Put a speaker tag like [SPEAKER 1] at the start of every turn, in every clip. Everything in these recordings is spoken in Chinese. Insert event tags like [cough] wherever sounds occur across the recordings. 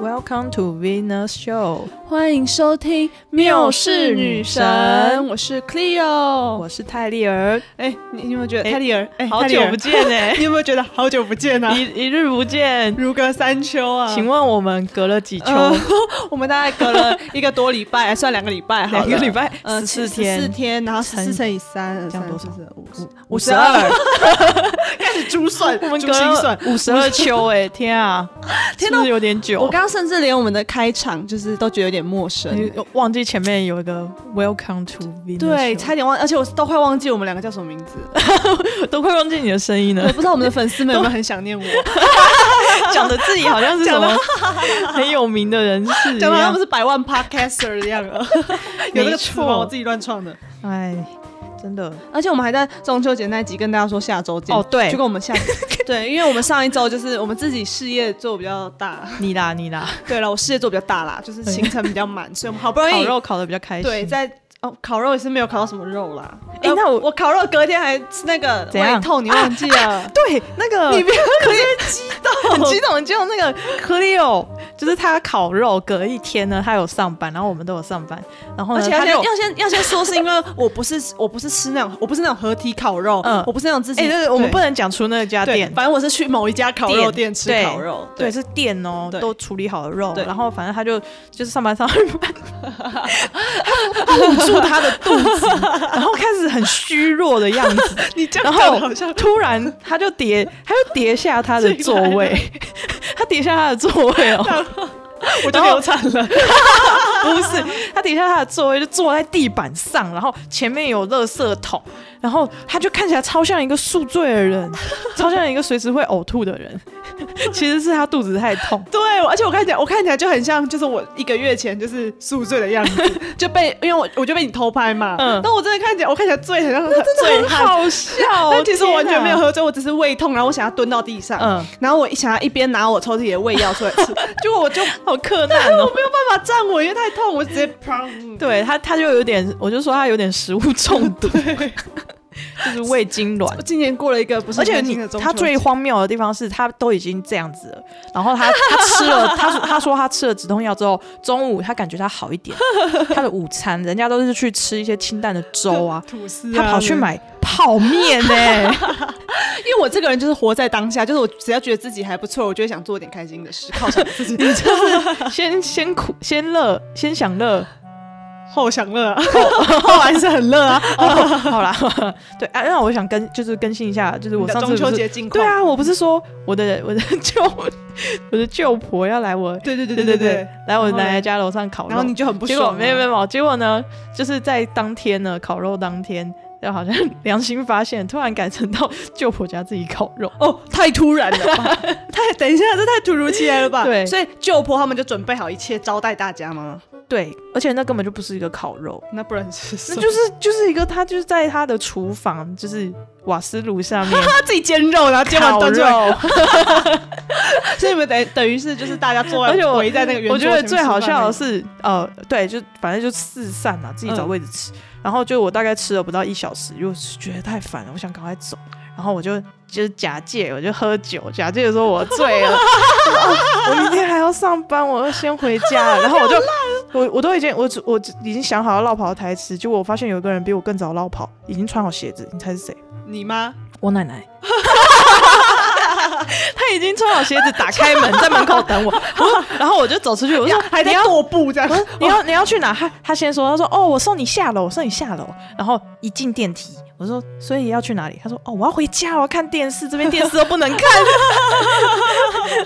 [SPEAKER 1] Welcome to Venus Show，
[SPEAKER 2] 欢迎收听《
[SPEAKER 1] 缪氏女神
[SPEAKER 2] 我是 Cleo。
[SPEAKER 1] 我是泰利儿。
[SPEAKER 2] 哎，你你有没有觉得
[SPEAKER 1] 哦哎
[SPEAKER 2] 泰利尔？哎，
[SPEAKER 1] 好
[SPEAKER 2] 泰利
[SPEAKER 1] 久
[SPEAKER 2] 尔
[SPEAKER 1] 不见哎、
[SPEAKER 2] [laughs] 你有没有觉得好久不见啊？
[SPEAKER 1] 一一日不见。
[SPEAKER 2] 如隔三秋啊！
[SPEAKER 1] 请问我们隔了几秋？
[SPEAKER 2] 呃 [laughs] 我们大概隔了一个多礼拜， [laughs] 哎算两个礼拜好了，
[SPEAKER 1] 两个礼拜
[SPEAKER 2] 呃，
[SPEAKER 1] 14
[SPEAKER 2] 四
[SPEAKER 1] 天
[SPEAKER 2] 天，然后
[SPEAKER 1] 乘以
[SPEAKER 2] 四乘以三，
[SPEAKER 1] 这样多少
[SPEAKER 2] 五
[SPEAKER 1] 五十二，
[SPEAKER 2] 开始珠 [laughs] 算，
[SPEAKER 1] 我们 [laughs]
[SPEAKER 2] 珠
[SPEAKER 1] 隔
[SPEAKER 2] 心算
[SPEAKER 1] 了。五十二秋哎、 [laughs] 天啊，
[SPEAKER 2] 天
[SPEAKER 1] 是
[SPEAKER 2] 哪
[SPEAKER 1] 不是有点久？
[SPEAKER 2] 我刚刚甚至连我们的开场就是都觉得有点陌生。
[SPEAKER 1] 你忘记前面有一个 Welcome to Venus，Show
[SPEAKER 2] 对，差点忘，而且我都快忘记我们两个叫什么名字了。
[SPEAKER 1] 都快忘记你的声音
[SPEAKER 2] 我
[SPEAKER 1] 了
[SPEAKER 2] 不，知道我们的粉丝们有没有很想 [laughs] 念我，
[SPEAKER 1] [laughs] 讲的自己好像是什
[SPEAKER 2] 讲得
[SPEAKER 1] 么很有名的人
[SPEAKER 2] [laughs]
[SPEAKER 1] [laughs] 士一
[SPEAKER 2] 讲到他
[SPEAKER 1] 样
[SPEAKER 2] 们。是百万 podcaster 的样 [laughs] 了，有这个词
[SPEAKER 1] 没
[SPEAKER 2] 吗？
[SPEAKER 1] 错
[SPEAKER 2] 我自己乱创的。
[SPEAKER 1] 哎，真的，
[SPEAKER 2] 而且我们还在中秋节那集跟大家说下周见
[SPEAKER 1] 哦对
[SPEAKER 2] 就跟我 [laughs] 们下对，因为我们上一周就是我们自己事业做比较 [laughs] 大，
[SPEAKER 1] 你啦你啦，
[SPEAKER 2] 对了，我事业做比较大啦，就是行程比较满，所以我们好不容
[SPEAKER 1] 烤
[SPEAKER 2] 易
[SPEAKER 1] 肉烤的比较开心。
[SPEAKER 2] 对在。哦，烤肉也是没有烤到什么肉啦。
[SPEAKER 1] 哎
[SPEAKER 2] 呃
[SPEAKER 1] 那我
[SPEAKER 2] 我烤肉隔天还吃那个
[SPEAKER 1] 怎样
[SPEAKER 2] 胃痛，你忘记 [laughs] 了？
[SPEAKER 1] 对那个
[SPEAKER 2] 你不要
[SPEAKER 1] 可是激
[SPEAKER 2] [laughs]
[SPEAKER 1] 动，很激动，很激动。那个 Cleo 就是他烤肉，隔一天呢，他有上班，然后我们都有上班，然后
[SPEAKER 2] 而
[SPEAKER 1] 呢，
[SPEAKER 2] 且
[SPEAKER 1] 嗯他
[SPEAKER 2] 要先
[SPEAKER 1] 就
[SPEAKER 2] 要先要先说，是因为我不是我不是吃那种我不是那种合体烤肉，
[SPEAKER 1] 嗯
[SPEAKER 2] 我不是那种自己。
[SPEAKER 1] 哎，对我们
[SPEAKER 2] 对
[SPEAKER 1] 不能讲出那家
[SPEAKER 2] 对，
[SPEAKER 1] 店。
[SPEAKER 2] 反正我是去某一家烤肉店吃
[SPEAKER 1] 对
[SPEAKER 2] 烤肉，
[SPEAKER 1] 对，是店哦，
[SPEAKER 2] 对
[SPEAKER 1] 都处理好的肉，
[SPEAKER 2] 对
[SPEAKER 1] 然后反正他就就是上班上
[SPEAKER 2] [laughs]
[SPEAKER 1] 班，捂住他的肚子，然后开始很虚弱的样
[SPEAKER 2] [laughs]
[SPEAKER 1] 子，
[SPEAKER 2] 你这
[SPEAKER 1] 然
[SPEAKER 2] 样讲
[SPEAKER 1] 后
[SPEAKER 2] 好像
[SPEAKER 1] 突然他就跌，他就跌下他的座位，他跌下他的座位哦，
[SPEAKER 2] 我
[SPEAKER 1] 然
[SPEAKER 2] 就
[SPEAKER 1] 后
[SPEAKER 2] 流产了， [laughs]
[SPEAKER 1] [laughs] 不是，他底下他的座位就坐在地板上，然后前面有垃圾桶，然后他就看起来超像一个宿醉的
[SPEAKER 2] [laughs]
[SPEAKER 1] 人，超像一个随时会呕吐的人。 [laughs] 其实是他肚子太痛，
[SPEAKER 2] 对，而且我看起来我看起来就很像，就是我一个月前就是宿醉的样
[SPEAKER 1] [laughs]
[SPEAKER 2] 子，就被因为我我就被你偷拍嘛，
[SPEAKER 1] 嗯
[SPEAKER 2] 嗯，但我真的看起来我看起来醉很像醉
[SPEAKER 1] 很
[SPEAKER 2] 汉，
[SPEAKER 1] 好笑哦。
[SPEAKER 2] [laughs] 但其实我完全没有
[SPEAKER 1] 天
[SPEAKER 2] 喝醉，我只是胃痛，然后我想要蹲到地上，
[SPEAKER 1] 嗯
[SPEAKER 2] 嗯，然后我一想要一边拿我抽屉里的胃药出来
[SPEAKER 1] [laughs]
[SPEAKER 2] 吃，结果我就
[SPEAKER 1] 哪，好困难哦
[SPEAKER 2] 我。没有办法站稳，因为太痛，我 [laughs] 直接砰，
[SPEAKER 1] [laughs] 对他，他就有点，我就说他有点食物中
[SPEAKER 2] [laughs]
[SPEAKER 1] 毒， [laughs] 就是胃痉挛
[SPEAKER 2] 我。今年过了一个不是
[SPEAKER 1] 而且
[SPEAKER 2] 很开
[SPEAKER 1] 你
[SPEAKER 2] 心的中秋
[SPEAKER 1] 他最
[SPEAKER 2] 节，
[SPEAKER 1] 荒谬的地方是他都已经这样子了，然后他他吃了，他说他说他吃了止痛药之后，中午他感觉他好一点，他的午餐人家都是去吃一些清淡的粥啊
[SPEAKER 2] 吐司、
[SPEAKER 1] 他跑去。买泡面呢、
[SPEAKER 2] 因为我这个人就是活在当下，就是我只要觉得自己还不错，我就会想做点开心的事，犒赏 [laughs] 自己，
[SPEAKER 1] 先先苦先乐先享乐，
[SPEAKER 2] 后享乐、啊， [laughs] 后还是很乐 [laughs] 啊。
[SPEAKER 1] 哦、好啦， [laughs] 对啊，那我想更就是更新一下，就是我
[SPEAKER 2] 你的
[SPEAKER 1] 上次
[SPEAKER 2] 中秋
[SPEAKER 1] 不是
[SPEAKER 2] 节近况
[SPEAKER 1] 对啊，我不是说我的我的舅我的舅婆要来我
[SPEAKER 2] 对对对
[SPEAKER 1] 对
[SPEAKER 2] 对
[SPEAKER 1] 对
[SPEAKER 2] 对
[SPEAKER 1] 对
[SPEAKER 2] 对。
[SPEAKER 1] 来我
[SPEAKER 2] 然后嘞
[SPEAKER 1] 奶奶家楼上烤肉，
[SPEAKER 2] 然后你就很不
[SPEAKER 1] 结
[SPEAKER 2] 爽
[SPEAKER 1] 果
[SPEAKER 2] 啊、
[SPEAKER 1] 没有没有没有，结果呢，就是在当天呢，烤肉当天，就好像良心发现，突然改成到舅婆家自己烤肉。
[SPEAKER 2] 哦，太突然了吧， [laughs] 太等一下，这太突如其来了吧？
[SPEAKER 1] 对
[SPEAKER 2] 所以舅婆他们就准备好一切招待大家吗？
[SPEAKER 1] 对，而且那根本就不是一个烤 [laughs] 肉，
[SPEAKER 2] 那不然是什
[SPEAKER 1] 那
[SPEAKER 2] 么
[SPEAKER 1] 就是就是一个他就是在他的厨房，就是瓦斯炉上 [laughs] 面
[SPEAKER 2] 他自己煎肉，然后煎完
[SPEAKER 1] 烤
[SPEAKER 2] 端出来，
[SPEAKER 1] 肉。
[SPEAKER 2] [laughs] 所以你们等等于是就是大家坐在
[SPEAKER 1] 而且我
[SPEAKER 2] 围在那个圆桌
[SPEAKER 1] 我觉得最好笑的
[SPEAKER 2] 前面吃饭
[SPEAKER 1] 是，呃，对，就反正就四散嘛，自己找
[SPEAKER 2] 嗯
[SPEAKER 1] 位置吃。然后就我大概吃了不到一小时，因为我觉得太烦了，我想赶快走。然后我就就是假借，我就喝酒，假借说我醉了， [laughs] 我明天还要上班，我要先回家 [laughs] 了。然后我就我我都已经我只我只已经想好要绕跑的台词，结果我发现有一个人比我更早绕跑，已经穿好鞋子。你猜是谁？
[SPEAKER 2] 那 [laughs] 个你吗？
[SPEAKER 1] 我奶 [laughs] 奶。她已经穿好鞋子，打开门，在门口等我。我然后我就走出去，我说：“
[SPEAKER 2] 还
[SPEAKER 1] [laughs] 你
[SPEAKER 2] 在
[SPEAKER 1] 要
[SPEAKER 2] 踱步
[SPEAKER 1] [laughs]
[SPEAKER 2] 这样，
[SPEAKER 1] 你要你要去哪？”她她先说：“她说哦，我送你下楼，我送你下楼。”然后一进电梯，我说：“所以要去哪里？”她说：“哦，我要回家，我要看电视，这边电视都不能看。”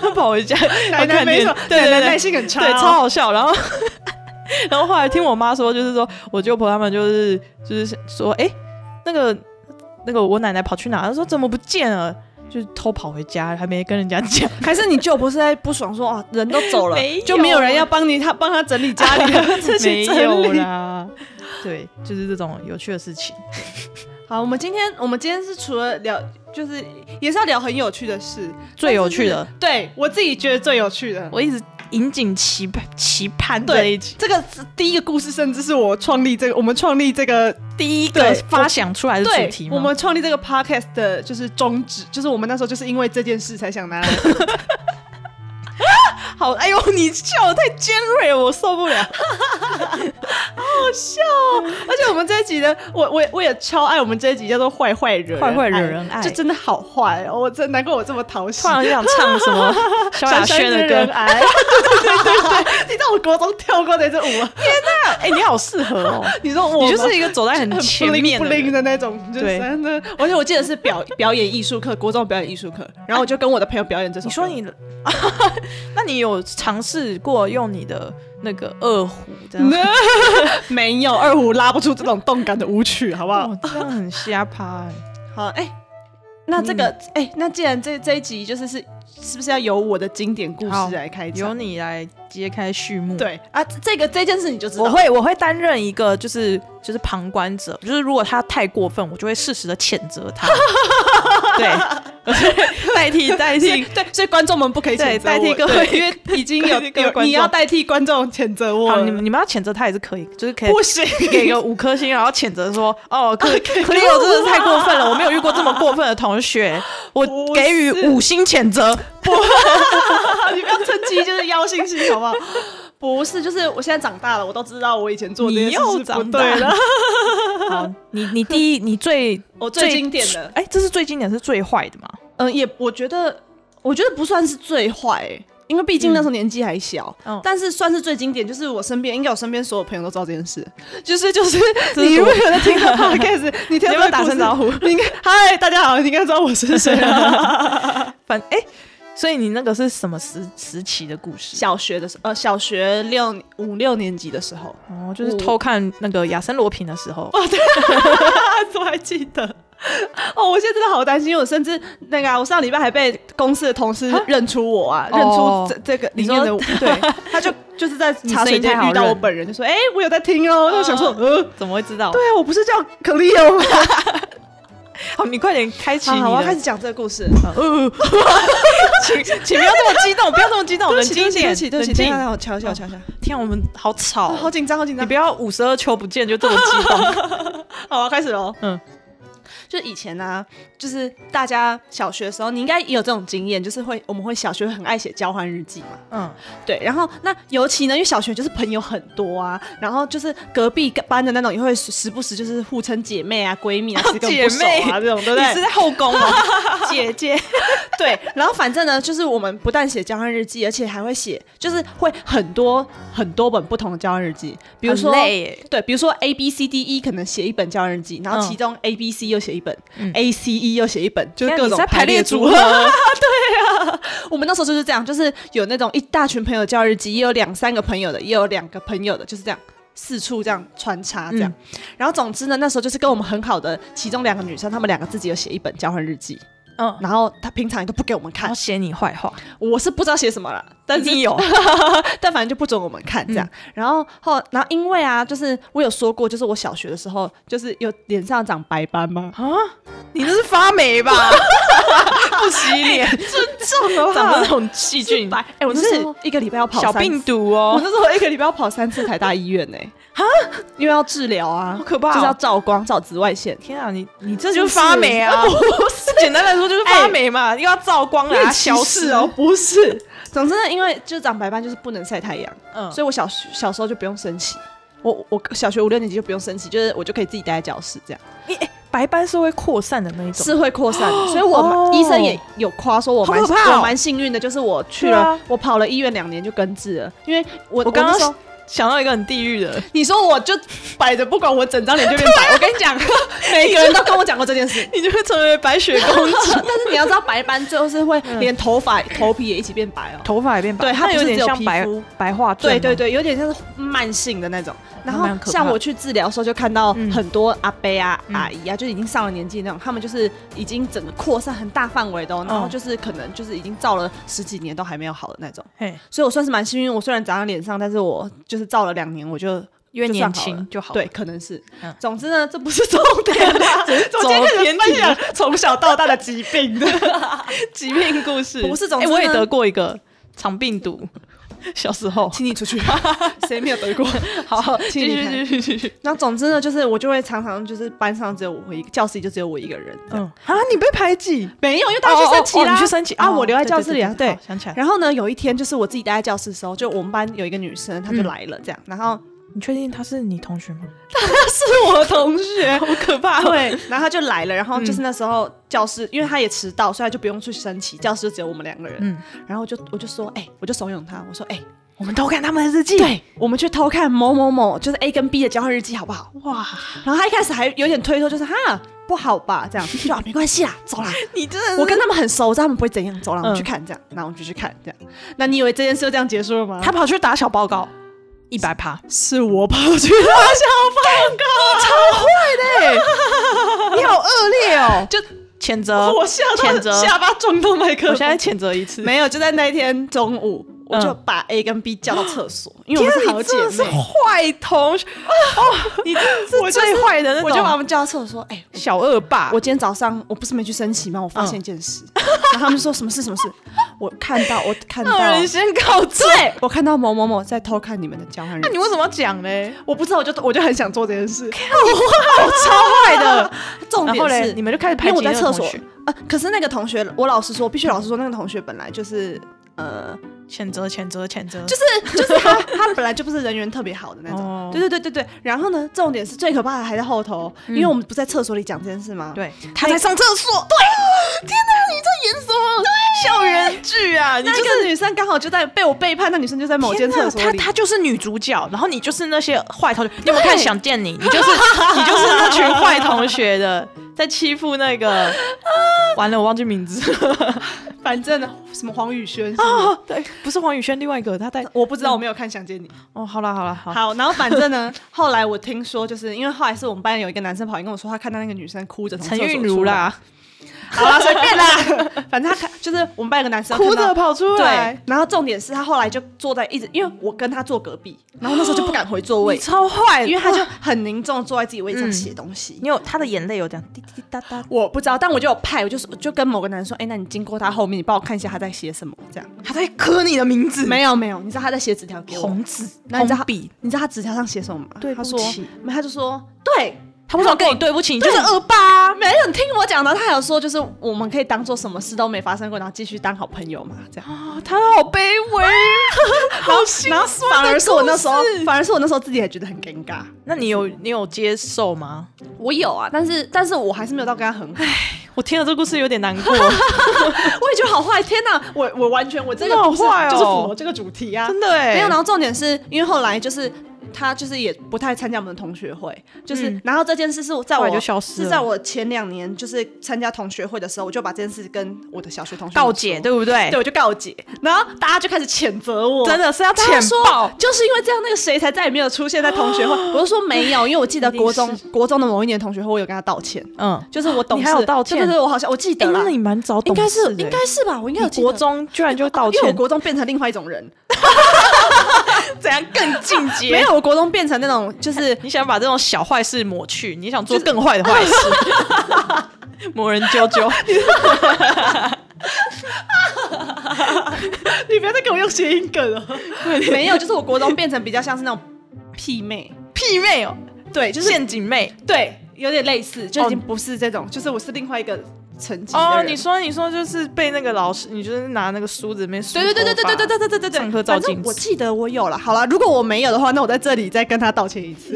[SPEAKER 1] 她跑回家，
[SPEAKER 2] [laughs] 奶
[SPEAKER 1] 要看
[SPEAKER 2] 奶没
[SPEAKER 1] 电
[SPEAKER 2] 错，
[SPEAKER 1] 对对
[SPEAKER 2] 奶奶
[SPEAKER 1] 对
[SPEAKER 2] 耐，心很差、哦
[SPEAKER 1] 对，超。好笑。然后， [laughs] 然后后来听我妈说，就是说我舅婆他们就是就是说，哎、那个那个我奶奶跑去哪？她说怎么不见了？就是偷跑回家，还没跟人家讲。
[SPEAKER 2] 还是你舅不是在不爽说啊，人都走了
[SPEAKER 1] 没有，
[SPEAKER 2] 就没有人要帮你他帮他整理家 [laughs] 里的这些
[SPEAKER 1] 没
[SPEAKER 2] 整
[SPEAKER 1] 有
[SPEAKER 2] 理。
[SPEAKER 1] 啦，对，就是这种有趣的事情。
[SPEAKER 2] 好，我们今天我们今天是除了聊，就是也是要聊很有趣的事，
[SPEAKER 1] 最有趣的，
[SPEAKER 2] 对我自己觉得最有趣的。
[SPEAKER 1] 我一直引颈期盼期盼这一
[SPEAKER 2] 对
[SPEAKER 1] 集，
[SPEAKER 2] 这个第一个故事，甚至是我创立这个，我们创立这个
[SPEAKER 1] 第一个
[SPEAKER 2] 对
[SPEAKER 1] 发想出来的主
[SPEAKER 2] 对
[SPEAKER 1] 题，吗
[SPEAKER 2] 我们创立这个 podcast
[SPEAKER 1] [laughs]
[SPEAKER 2] 的就是宗旨，就是我们那时候就是因为这件事才想拿来。
[SPEAKER 1] 好，哎呦，你笑得太尖锐了，我受不了。
[SPEAKER 2] 而且我们这一集的，我我我也超爱我们这一集叫做“坏坏惹人爱
[SPEAKER 1] 坏坏惹人爱
[SPEAKER 2] 就真的好坏哦！我真难怪我这么讨喜
[SPEAKER 1] [laughs] 突。然就想唱什 [laughs] 么萧亚轩的歌，
[SPEAKER 2] 哎，
[SPEAKER 1] [laughs]
[SPEAKER 2] 对对对对，你知道我国中跳过的这舞吗？
[SPEAKER 1] 哎、你好适合哦，
[SPEAKER 2] 你说我
[SPEAKER 1] [laughs]
[SPEAKER 2] 吗
[SPEAKER 1] 你就是一个走在很
[SPEAKER 2] 很
[SPEAKER 1] 前面
[SPEAKER 2] 不
[SPEAKER 1] 的人
[SPEAKER 2] 灵的那种，就
[SPEAKER 1] [laughs]
[SPEAKER 2] 是
[SPEAKER 1] 对
[SPEAKER 2] 真的。而且我记得是表表演艺术课，国中表演艺术课，然后我就跟我的朋友表演这首歌。
[SPEAKER 1] 你说你 [laughs] 的，那你有尝试过用你的那个二胡这样？
[SPEAKER 2] [laughs] 没有二胡拉不出这种动感的舞曲，好不好？
[SPEAKER 1] 哦，这样很瞎趴、欸。
[SPEAKER 2] 好，哎、那这
[SPEAKER 1] 嗯
[SPEAKER 2] 个，哎、那既然这这一集就是是是不是要由我的经典故
[SPEAKER 1] 好
[SPEAKER 2] 事来开
[SPEAKER 1] 由
[SPEAKER 2] 场？
[SPEAKER 1] 你来揭开序幕。，
[SPEAKER 2] 对啊，这这个这件事你就知道
[SPEAKER 1] 我会我会担任一个就是就是旁观者，就是如果他太过分，我就会适时的谴责
[SPEAKER 2] [laughs]
[SPEAKER 1] 他。对，我就会代 [laughs] 替代
[SPEAKER 2] 所以
[SPEAKER 1] 替。
[SPEAKER 2] 对，所以观众们不可以
[SPEAKER 1] 对
[SPEAKER 2] 谴责
[SPEAKER 1] 代替
[SPEAKER 2] 我
[SPEAKER 1] 各
[SPEAKER 2] 对
[SPEAKER 1] 位
[SPEAKER 2] 因为已经有
[SPEAKER 1] [laughs] 代替各位
[SPEAKER 2] 有
[SPEAKER 1] 观
[SPEAKER 2] 你
[SPEAKER 1] 众
[SPEAKER 2] 要代替观众谴责我
[SPEAKER 1] 好，
[SPEAKER 2] 了，
[SPEAKER 1] 你们你们要谴责他也是可以，就是可以
[SPEAKER 2] [laughs] 不行，
[SPEAKER 1] 给个五颗星，然后谴责说：“哦，
[SPEAKER 2] [laughs]
[SPEAKER 1] 克克里欧真的是太过分了，我没有遇过这么过分的同
[SPEAKER 2] [laughs]
[SPEAKER 1] 学，我
[SPEAKER 2] 不
[SPEAKER 1] 给予
[SPEAKER 2] 是
[SPEAKER 1] 五星谴责。
[SPEAKER 2] 你不要趁机就是妖性性，好不好？ [laughs] 不是，就是我现在长大了，我都知道我以前做这
[SPEAKER 1] 你
[SPEAKER 2] 些事
[SPEAKER 1] 又
[SPEAKER 2] 是不
[SPEAKER 1] 长大
[SPEAKER 2] 对的。
[SPEAKER 1] 好，你你第一，你最
[SPEAKER 2] [laughs] 我最经典的
[SPEAKER 1] 哎，这是最经典，是最坏的嘛？
[SPEAKER 2] 嗯，也我觉得，我觉得不算是最坏、欸，因为毕竟那时候年纪还小，
[SPEAKER 1] 嗯
[SPEAKER 2] 但是算是最经典。就是我身边，应该我身边所有朋友都知道这件事，就是 [laughs] 就是，
[SPEAKER 1] 这是
[SPEAKER 2] 你如果
[SPEAKER 1] 多
[SPEAKER 2] 有在听 [laughs] 这个 podcast，你听
[SPEAKER 1] 你要不要打声招
[SPEAKER 2] 呼？你应该嗨，大家好，你应该知道我是谁了。
[SPEAKER 1] 反哎，所以你那个是什么时时期的故事？
[SPEAKER 2] [laughs] 小学的时候，呃，小学六五六年级的时候，
[SPEAKER 1] 哦，就是
[SPEAKER 2] 我
[SPEAKER 1] 偷看那个亚森罗平的时候，
[SPEAKER 2] 我还记得。哦，我现在真的好担心，因为我甚至那个、啊，我上礼拜还被公司的同事认出我啊，认出
[SPEAKER 1] 哦
[SPEAKER 2] 这这个
[SPEAKER 1] 你
[SPEAKER 2] 里面的
[SPEAKER 1] 说
[SPEAKER 2] 我，对，他就就是在
[SPEAKER 1] 你
[SPEAKER 2] 茶
[SPEAKER 1] 声
[SPEAKER 2] 水
[SPEAKER 1] 音
[SPEAKER 2] 间
[SPEAKER 1] 太好
[SPEAKER 2] 遇到我
[SPEAKER 1] 认
[SPEAKER 2] 本人，就说：“哎、我有在听哦。”那我想说，呃，
[SPEAKER 1] [laughs] 怎么会知道？
[SPEAKER 2] 对，啊，我不是叫 Cleo 吗？
[SPEAKER 1] 好，你快点开启
[SPEAKER 2] 好
[SPEAKER 1] 你
[SPEAKER 2] 好，我要开
[SPEAKER 1] 的。
[SPEAKER 2] 始讲这个故事。
[SPEAKER 1] 呃，请请不要这么激动，不要这么激动，
[SPEAKER 2] 对不
[SPEAKER 1] 冷
[SPEAKER 2] 起，对
[SPEAKER 1] 静
[SPEAKER 2] 不
[SPEAKER 1] 一
[SPEAKER 2] 起，对
[SPEAKER 1] 点
[SPEAKER 2] 不起，，
[SPEAKER 1] 冷静
[SPEAKER 2] 对不起，等一下。让我瞧一下，我瞧一下。
[SPEAKER 1] 天啊，我们好吵哦，
[SPEAKER 2] 哦，好紧张，好紧
[SPEAKER 1] 你
[SPEAKER 2] 张
[SPEAKER 1] 不。要五十二秋不见就这么激 [laughs] 动。
[SPEAKER 2] 好，我啊要开始喽。
[SPEAKER 1] 嗯。
[SPEAKER 2] 就以前呢、啊，就是大家小学的时候，你应该也有这种经验，就是会我们会小学会很爱写交换日记嘛。
[SPEAKER 1] 嗯，
[SPEAKER 2] 对，然后那尤其呢，因为小学就是朋友很多啊，然后就是隔壁班的那种也会时时不时就是互称姐妹啊、闺蜜啊、十个
[SPEAKER 1] 哦姐
[SPEAKER 2] 不熟啊
[SPEAKER 1] 妹
[SPEAKER 2] 这种，对不
[SPEAKER 1] 你是
[SPEAKER 2] 对？
[SPEAKER 1] 在后宫哦吗？ [laughs] 姐姐，
[SPEAKER 2] [laughs] 对，然后反正呢，就是我们不但写交换日记，而且还会写，就是会很多很多本不同的交换日记，
[SPEAKER 1] 比
[SPEAKER 2] 比如
[SPEAKER 1] 如
[SPEAKER 2] 说
[SPEAKER 1] 说。
[SPEAKER 2] 对，比如说 A B C D E 可能写一本交换日记，然后其中 A B C E 又写一本、
[SPEAKER 1] 嗯
[SPEAKER 2] a C E 又写一本，就
[SPEAKER 1] 天啊
[SPEAKER 2] 是各
[SPEAKER 1] 你
[SPEAKER 2] 种
[SPEAKER 1] 在排
[SPEAKER 2] 列
[SPEAKER 1] 列
[SPEAKER 2] 组
[SPEAKER 1] 组合
[SPEAKER 2] 合。
[SPEAKER 1] [laughs]
[SPEAKER 2] 我们那时候就是这样，就是有那种一大群朋友交日记，也有两三个朋友的，也有两个朋友的，就是这样四处这样穿插这样。
[SPEAKER 1] 嗯
[SPEAKER 2] 然后总之呢，那时候就是跟我们很好的其中两个女生，她们两个自己有写一本交换日记，
[SPEAKER 1] 嗯，
[SPEAKER 2] 然后她平常也都不给我们
[SPEAKER 1] 然
[SPEAKER 2] 看
[SPEAKER 1] 后，写你坏话，
[SPEAKER 2] 我是不知道写什么了，但
[SPEAKER 1] 哦
[SPEAKER 2] 是
[SPEAKER 1] 一定有，嗯
[SPEAKER 2] 但反正就不准我们看这样。然后后然后因为啊，就是我有说过，就是我小学的时候就是有脸上长白斑吗？ [laughs]
[SPEAKER 1] 你这是发霉 [laughs] 吧？不洗脸，
[SPEAKER 2] 哎长了
[SPEAKER 1] 长那种细菌，
[SPEAKER 2] 哦白，哎、我
[SPEAKER 1] 你
[SPEAKER 2] 那时
[SPEAKER 1] 是
[SPEAKER 2] 候一个礼拜要跑
[SPEAKER 1] 小
[SPEAKER 2] 三
[SPEAKER 1] 病毒
[SPEAKER 2] 我
[SPEAKER 1] 哦，
[SPEAKER 2] 那时候一个礼拜要跑三次台大
[SPEAKER 1] [laughs]
[SPEAKER 2] 医院呢、哈，因为要治疗啊，
[SPEAKER 1] 好可怕哦
[SPEAKER 2] 就是要照光、照紫外线。
[SPEAKER 1] 天啊，你你这就是发霉 [laughs] 啊！哎
[SPEAKER 2] 不是
[SPEAKER 1] 简单来说就是发霉嘛，又要照光
[SPEAKER 2] 有
[SPEAKER 1] 啦，
[SPEAKER 2] 点
[SPEAKER 1] 消
[SPEAKER 2] 哎歧视
[SPEAKER 1] 失
[SPEAKER 2] 哦，。不是。总之呢，因为就长白斑就是不能晒太阳，
[SPEAKER 1] 嗯，
[SPEAKER 2] 所以我小小时候就不用升旗。我我小学五六年级就不用升旗，就是我就可以自己待在教室这样，
[SPEAKER 1] 你哎，白斑是会扩散的那一种，
[SPEAKER 2] 是会扩散的。所以我蛮、
[SPEAKER 1] 哦
[SPEAKER 2] 医生也有夸说我蛮、
[SPEAKER 1] 好可怕哦
[SPEAKER 2] 我蛮幸运的，就是我去
[SPEAKER 1] 对
[SPEAKER 2] 了、
[SPEAKER 1] 啊
[SPEAKER 2] 我跑了医院两年就根治了，因为我
[SPEAKER 1] 我刚刚
[SPEAKER 2] 那时候
[SPEAKER 1] 想到一个很地狱的，
[SPEAKER 2] 你说我就摆着不管，我整张脸就变白。我跟你 [laughs] 讲，每个人都跟我讲过这件事。
[SPEAKER 1] [laughs] 你就会成为白雪公主，
[SPEAKER 2] 但是你要知道，白斑最后是会连头发、头皮也一起变白哦。
[SPEAKER 1] 头发也变白，
[SPEAKER 2] 对它
[SPEAKER 1] 它
[SPEAKER 2] 不
[SPEAKER 1] 有
[SPEAKER 2] 是
[SPEAKER 1] 点
[SPEAKER 2] 只有
[SPEAKER 1] 像
[SPEAKER 2] 皮
[SPEAKER 1] 白
[SPEAKER 2] 肤
[SPEAKER 1] 白化症
[SPEAKER 2] 对
[SPEAKER 1] 吗，
[SPEAKER 2] 对对，有点像是慢性的那种。然后
[SPEAKER 1] 那蛮可怕
[SPEAKER 2] 像我去治疗的时候，就看到
[SPEAKER 1] 嗯
[SPEAKER 2] 很多阿伯啊、
[SPEAKER 1] 嗯
[SPEAKER 2] 阿姨啊，就已经上了年纪那种，他们就是已经整个扩散很大范围的、哦，然后
[SPEAKER 1] 嗯
[SPEAKER 2] 就是可能就是已经照了十几年都还没有好的那种。
[SPEAKER 1] 嘿，
[SPEAKER 2] 所以我算是蛮幸运，我虽然长在脸上，但是我就是照了两年，我就
[SPEAKER 1] 因为
[SPEAKER 2] 就算
[SPEAKER 1] 年
[SPEAKER 2] 好了
[SPEAKER 1] 轻就好了。
[SPEAKER 2] 对，可能是。
[SPEAKER 1] 嗯
[SPEAKER 2] 总之呢，这不是重点啊
[SPEAKER 1] [laughs]
[SPEAKER 2] 啦。
[SPEAKER 1] 走偏题
[SPEAKER 2] 享从小到大的疾
[SPEAKER 1] [laughs]
[SPEAKER 2] 病的。
[SPEAKER 1] 疾病故事
[SPEAKER 2] 不是总
[SPEAKER 1] 哎
[SPEAKER 2] 之
[SPEAKER 1] 我也
[SPEAKER 2] 呢
[SPEAKER 1] 得过一个肠病毒， [laughs] 小时候，
[SPEAKER 2] 请你出去，谁没有得
[SPEAKER 1] [laughs]
[SPEAKER 2] 过？
[SPEAKER 1] 好，
[SPEAKER 2] 请
[SPEAKER 1] 继
[SPEAKER 2] 你
[SPEAKER 1] 续
[SPEAKER 2] 看
[SPEAKER 1] 继续继续。
[SPEAKER 2] 那总之呢，就是我就会常常就是班上只有我一个，教室里就只有我一个人。
[SPEAKER 1] 嗯啊，你被排挤，
[SPEAKER 2] 没有，因为大家去升
[SPEAKER 1] 哦哦
[SPEAKER 2] 旗
[SPEAKER 1] 哦
[SPEAKER 2] 啦，
[SPEAKER 1] 你去升旗
[SPEAKER 2] 啊，
[SPEAKER 1] 哦
[SPEAKER 2] 我留在教室里啊，
[SPEAKER 1] 对
[SPEAKER 2] 对
[SPEAKER 1] 好。想起来。
[SPEAKER 2] 然后呢，有一天就是我自己待在教室的时候，就我们班有一个女生，她就
[SPEAKER 1] 嗯
[SPEAKER 2] 来了，这样，然
[SPEAKER 1] [laughs]
[SPEAKER 2] 后
[SPEAKER 1] [laughs] 你确定他是你同学吗？
[SPEAKER 2] 是我同
[SPEAKER 1] [laughs]
[SPEAKER 2] 学，
[SPEAKER 1] 好可怕哦
[SPEAKER 2] 对，然后她就来了，然
[SPEAKER 1] 嗯
[SPEAKER 2] 后就是那时候教室，因为她也迟到，所以她就不用去升旗，教室就只有我们两个人。
[SPEAKER 1] 嗯
[SPEAKER 2] 然后我就我就说，哎、我就怂恿她，我说，哎、
[SPEAKER 1] 我们偷看他们的日记。
[SPEAKER 2] 对，我们去偷看某某某，就是 A 跟 B 的交换日记，好不好？
[SPEAKER 1] 哇，
[SPEAKER 2] 然后她一开始还有点推脱，就是哈不好吧，这样就、啊、没关系啦，走啦。
[SPEAKER 1] 你真的
[SPEAKER 2] 我跟他们很熟，我知道他们不会怎样，走啦，我
[SPEAKER 1] 嗯
[SPEAKER 2] 们去看这样，然后我们就去看这样。那你以为这件事就这样结束了吗？
[SPEAKER 1] 他跑去打小报告，一百趴，
[SPEAKER 2] 是我跑去打小欸
[SPEAKER 1] 你好恶劣 [laughs] 哦！
[SPEAKER 2] 就
[SPEAKER 1] 谴责，
[SPEAKER 2] [laughs] 我吓
[SPEAKER 1] 欸谴
[SPEAKER 2] 到
[SPEAKER 1] 责
[SPEAKER 2] 下巴撞到麦克风。
[SPEAKER 1] 我现在谴责一次。
[SPEAKER 2] 没有，就在那一天中午，我就
[SPEAKER 1] 嗯
[SPEAKER 2] 把 A 跟 B 叫到厕
[SPEAKER 1] [gasps]
[SPEAKER 2] 所，因为我
[SPEAKER 1] 天
[SPEAKER 2] 们
[SPEAKER 1] 啊，你
[SPEAKER 2] 是好姐
[SPEAKER 1] 真的是
[SPEAKER 2] 妹。
[SPEAKER 1] 坏同学哦，你
[SPEAKER 2] [laughs]
[SPEAKER 1] 真的
[SPEAKER 2] 我
[SPEAKER 1] 是
[SPEAKER 2] 就
[SPEAKER 1] 最
[SPEAKER 2] 是
[SPEAKER 1] 坏的那种。
[SPEAKER 2] 我就把他们叫到厕所说：“哎、
[SPEAKER 1] 小恶霸，
[SPEAKER 2] 我今天早上我不是没去升旗吗？我发现一件
[SPEAKER 1] [laughs]
[SPEAKER 2] 事。然后他们说什么事？什么事？我看到，我
[SPEAKER 1] [laughs]
[SPEAKER 2] 看到，
[SPEAKER 1] 恶人先告状。
[SPEAKER 2] 对我看到某某某在偷看你们的交换日
[SPEAKER 1] 那
[SPEAKER 2] 记
[SPEAKER 1] 你。为什么要讲嘞？
[SPEAKER 2] 我不知道，我就我就很想做这件事。
[SPEAKER 1] 我哦 [laughs] 超坏的。
[SPEAKER 2] 重
[SPEAKER 1] 然后
[SPEAKER 2] 点
[SPEAKER 1] 嘞，
[SPEAKER 2] 是
[SPEAKER 1] 你们就开始
[SPEAKER 2] 因
[SPEAKER 1] 排
[SPEAKER 2] 为
[SPEAKER 1] 挤
[SPEAKER 2] 我在
[SPEAKER 1] 那个
[SPEAKER 2] 厕
[SPEAKER 1] 同
[SPEAKER 2] 所
[SPEAKER 1] 学，
[SPEAKER 2] 啊，可是那个同学，我老实说，必须老实说，那个同学本来就是呃，
[SPEAKER 1] 谴责谴责谴责，
[SPEAKER 2] 就是是就是
[SPEAKER 1] [laughs]
[SPEAKER 2] 他他本来就不是人缘特别好的那
[SPEAKER 1] 哦
[SPEAKER 2] 种，对对对对对。然后呢，重点是最可怕的还在后头，因为我们不是在厕所里讲这件事吗？。
[SPEAKER 1] 嗯对
[SPEAKER 2] 他在上厕所，对，天哪！你在演什么？
[SPEAKER 1] 校园剧啊，你
[SPEAKER 2] 那
[SPEAKER 1] 就是。
[SPEAKER 2] 个女生刚好就在被我背叛，那女生就在某间
[SPEAKER 1] 天
[SPEAKER 2] 厕
[SPEAKER 1] 呐，
[SPEAKER 2] 所
[SPEAKER 1] 她
[SPEAKER 2] 里。
[SPEAKER 1] 她就是女主角，然后你就是那些坏 [laughs] 同学。你有没有看《想见你》？你就是 [laughs] 你就是那群坏同学的，在欺负那个。 [laughs] 完了，我忘记名字
[SPEAKER 2] 反正什么黄宇轩是吗
[SPEAKER 1] 哦，对， [laughs] 不是黄宇轩，另外一个他在
[SPEAKER 2] 我不知道，我没有看《想见你》。
[SPEAKER 1] 哦，好了好了好，
[SPEAKER 2] 好，然后反正呢，后来我听说，就是因为后来是我们班有一个男生跑来跟我说，他看到那个女生哭着从
[SPEAKER 1] 陈
[SPEAKER 2] 厕所
[SPEAKER 1] 韵
[SPEAKER 2] 出
[SPEAKER 1] 如
[SPEAKER 2] 来，
[SPEAKER 1] 啦，
[SPEAKER 2] 好啦， [laughs] 随便啦，反正他看就是我们班有个男生
[SPEAKER 1] 哭
[SPEAKER 2] 看到
[SPEAKER 1] 着跑出来
[SPEAKER 2] 对，，然后重点是他后来就坐在一直，因为我跟他坐隔壁，然后那时候就不敢回座
[SPEAKER 1] 你
[SPEAKER 2] 位，
[SPEAKER 1] 超坏，
[SPEAKER 2] 因为他就
[SPEAKER 1] 哇
[SPEAKER 2] 很凝重地坐在自己位置上
[SPEAKER 1] 嗯
[SPEAKER 2] 写东西。
[SPEAKER 1] 你有他的眼泪有这样滴滴滴答答，
[SPEAKER 2] 我不知道，但我就有派，我就说就跟某个男生说，哎、那你经过他后面，你帮我看一下他在写什么，这样。
[SPEAKER 1] 他在刻你的名字，
[SPEAKER 2] 没有没有，你知道他在写纸条给我，
[SPEAKER 1] 嗯红纸
[SPEAKER 2] 那你知道
[SPEAKER 1] 红
[SPEAKER 2] 他
[SPEAKER 1] 笔，
[SPEAKER 2] 你知道他纸条上写什么吗？
[SPEAKER 1] 对
[SPEAKER 2] 他
[SPEAKER 1] 不
[SPEAKER 2] 说
[SPEAKER 1] 起，
[SPEAKER 2] 没，他就说，对
[SPEAKER 1] 他为什么跟你对不起？你就
[SPEAKER 2] 就是是
[SPEAKER 1] 恶
[SPEAKER 2] 恶霸、没有，你听我讲的，他还有说，就是我们可以当做什么事都没发生过，然后继续当好朋友嘛，这样。
[SPEAKER 1] 啊，他好卑 [laughs] 微，好心
[SPEAKER 2] 然后
[SPEAKER 1] 酸的
[SPEAKER 2] 反而是我那时候
[SPEAKER 1] 故事，
[SPEAKER 2] 反而是我那时候自己也觉得很尴尬。
[SPEAKER 1] 那你有你有接受吗？
[SPEAKER 2] 我有啊，但是但是我还是没有到跟他很好，
[SPEAKER 1] 我听了这故事有点难过，
[SPEAKER 2] [laughs] 我也觉得好坏。天哪，我我完全我这
[SPEAKER 1] 真
[SPEAKER 2] 个
[SPEAKER 1] 的好
[SPEAKER 2] 故事
[SPEAKER 1] 坏哦
[SPEAKER 2] 就是符合这个主题啊，
[SPEAKER 1] [laughs] 真的哎，
[SPEAKER 2] 没有，然后重点是因为后来就是他就是也不太参加我们的同学会，就是、
[SPEAKER 1] 嗯
[SPEAKER 2] 然后这件事是我在
[SPEAKER 1] 后
[SPEAKER 2] 我
[SPEAKER 1] 来就消失了
[SPEAKER 2] 是在我前两年就是参加同学会的时候，我就把这件事跟我的小学同学
[SPEAKER 1] 告解
[SPEAKER 2] 们
[SPEAKER 1] 对
[SPEAKER 2] 说
[SPEAKER 1] 不对？
[SPEAKER 2] 对，我就告解，然后大家就开始谴责我，
[SPEAKER 1] 真。的是要
[SPEAKER 2] 大家
[SPEAKER 1] 浅
[SPEAKER 2] 说
[SPEAKER 1] 爆，
[SPEAKER 2] 就是因为这样，那个谁才再也没有出现在同 [gasps] 学会。我就说没有，因为我记得国中
[SPEAKER 1] 一定
[SPEAKER 2] 国中的某一年同学会，我有跟他道歉，
[SPEAKER 1] 嗯，
[SPEAKER 2] 就是我懂
[SPEAKER 1] 你还有道歉
[SPEAKER 2] 对对对，我好像我记
[SPEAKER 1] 哎
[SPEAKER 2] 得了，
[SPEAKER 1] 那你蛮早
[SPEAKER 2] 应
[SPEAKER 1] 懂
[SPEAKER 2] 该
[SPEAKER 1] 事
[SPEAKER 2] 是
[SPEAKER 1] 的，欸
[SPEAKER 2] 应该是吧，我应该有
[SPEAKER 1] 你
[SPEAKER 2] 记得
[SPEAKER 1] 国中居然就道
[SPEAKER 2] 因为
[SPEAKER 1] 歉
[SPEAKER 2] 我，国中变成另外一种人，
[SPEAKER 1] 怎样更 [laughs] 进阶
[SPEAKER 2] 没有，我国中变成那种就是
[SPEAKER 1] 你想把这种小坏事抹去，你想做更坏的坏事， [laughs] 魔人啾啾，
[SPEAKER 2] [laughs] 你不要再给我用谐音梗了。 [laughs] 没有，就是我国中变成比较像是那种屁妹，
[SPEAKER 1] 屁妹哦，
[SPEAKER 2] 对，就是
[SPEAKER 1] 陷阱妹
[SPEAKER 2] 对，有点类似，就已经
[SPEAKER 1] 哦
[SPEAKER 2] 不是这种，就是我是另外一个层级的
[SPEAKER 1] 哦。
[SPEAKER 2] 人
[SPEAKER 1] 你说你说就是被那个老师，你就是拿那个梳子面梳
[SPEAKER 2] 对对对对对
[SPEAKER 1] 对，
[SPEAKER 2] 对对对对对对对，
[SPEAKER 1] 上课照
[SPEAKER 2] 反正
[SPEAKER 1] 镜子
[SPEAKER 2] 我记得我有了，好了，如果我没有的话，那我在这里再跟他道歉一 [laughs] 次。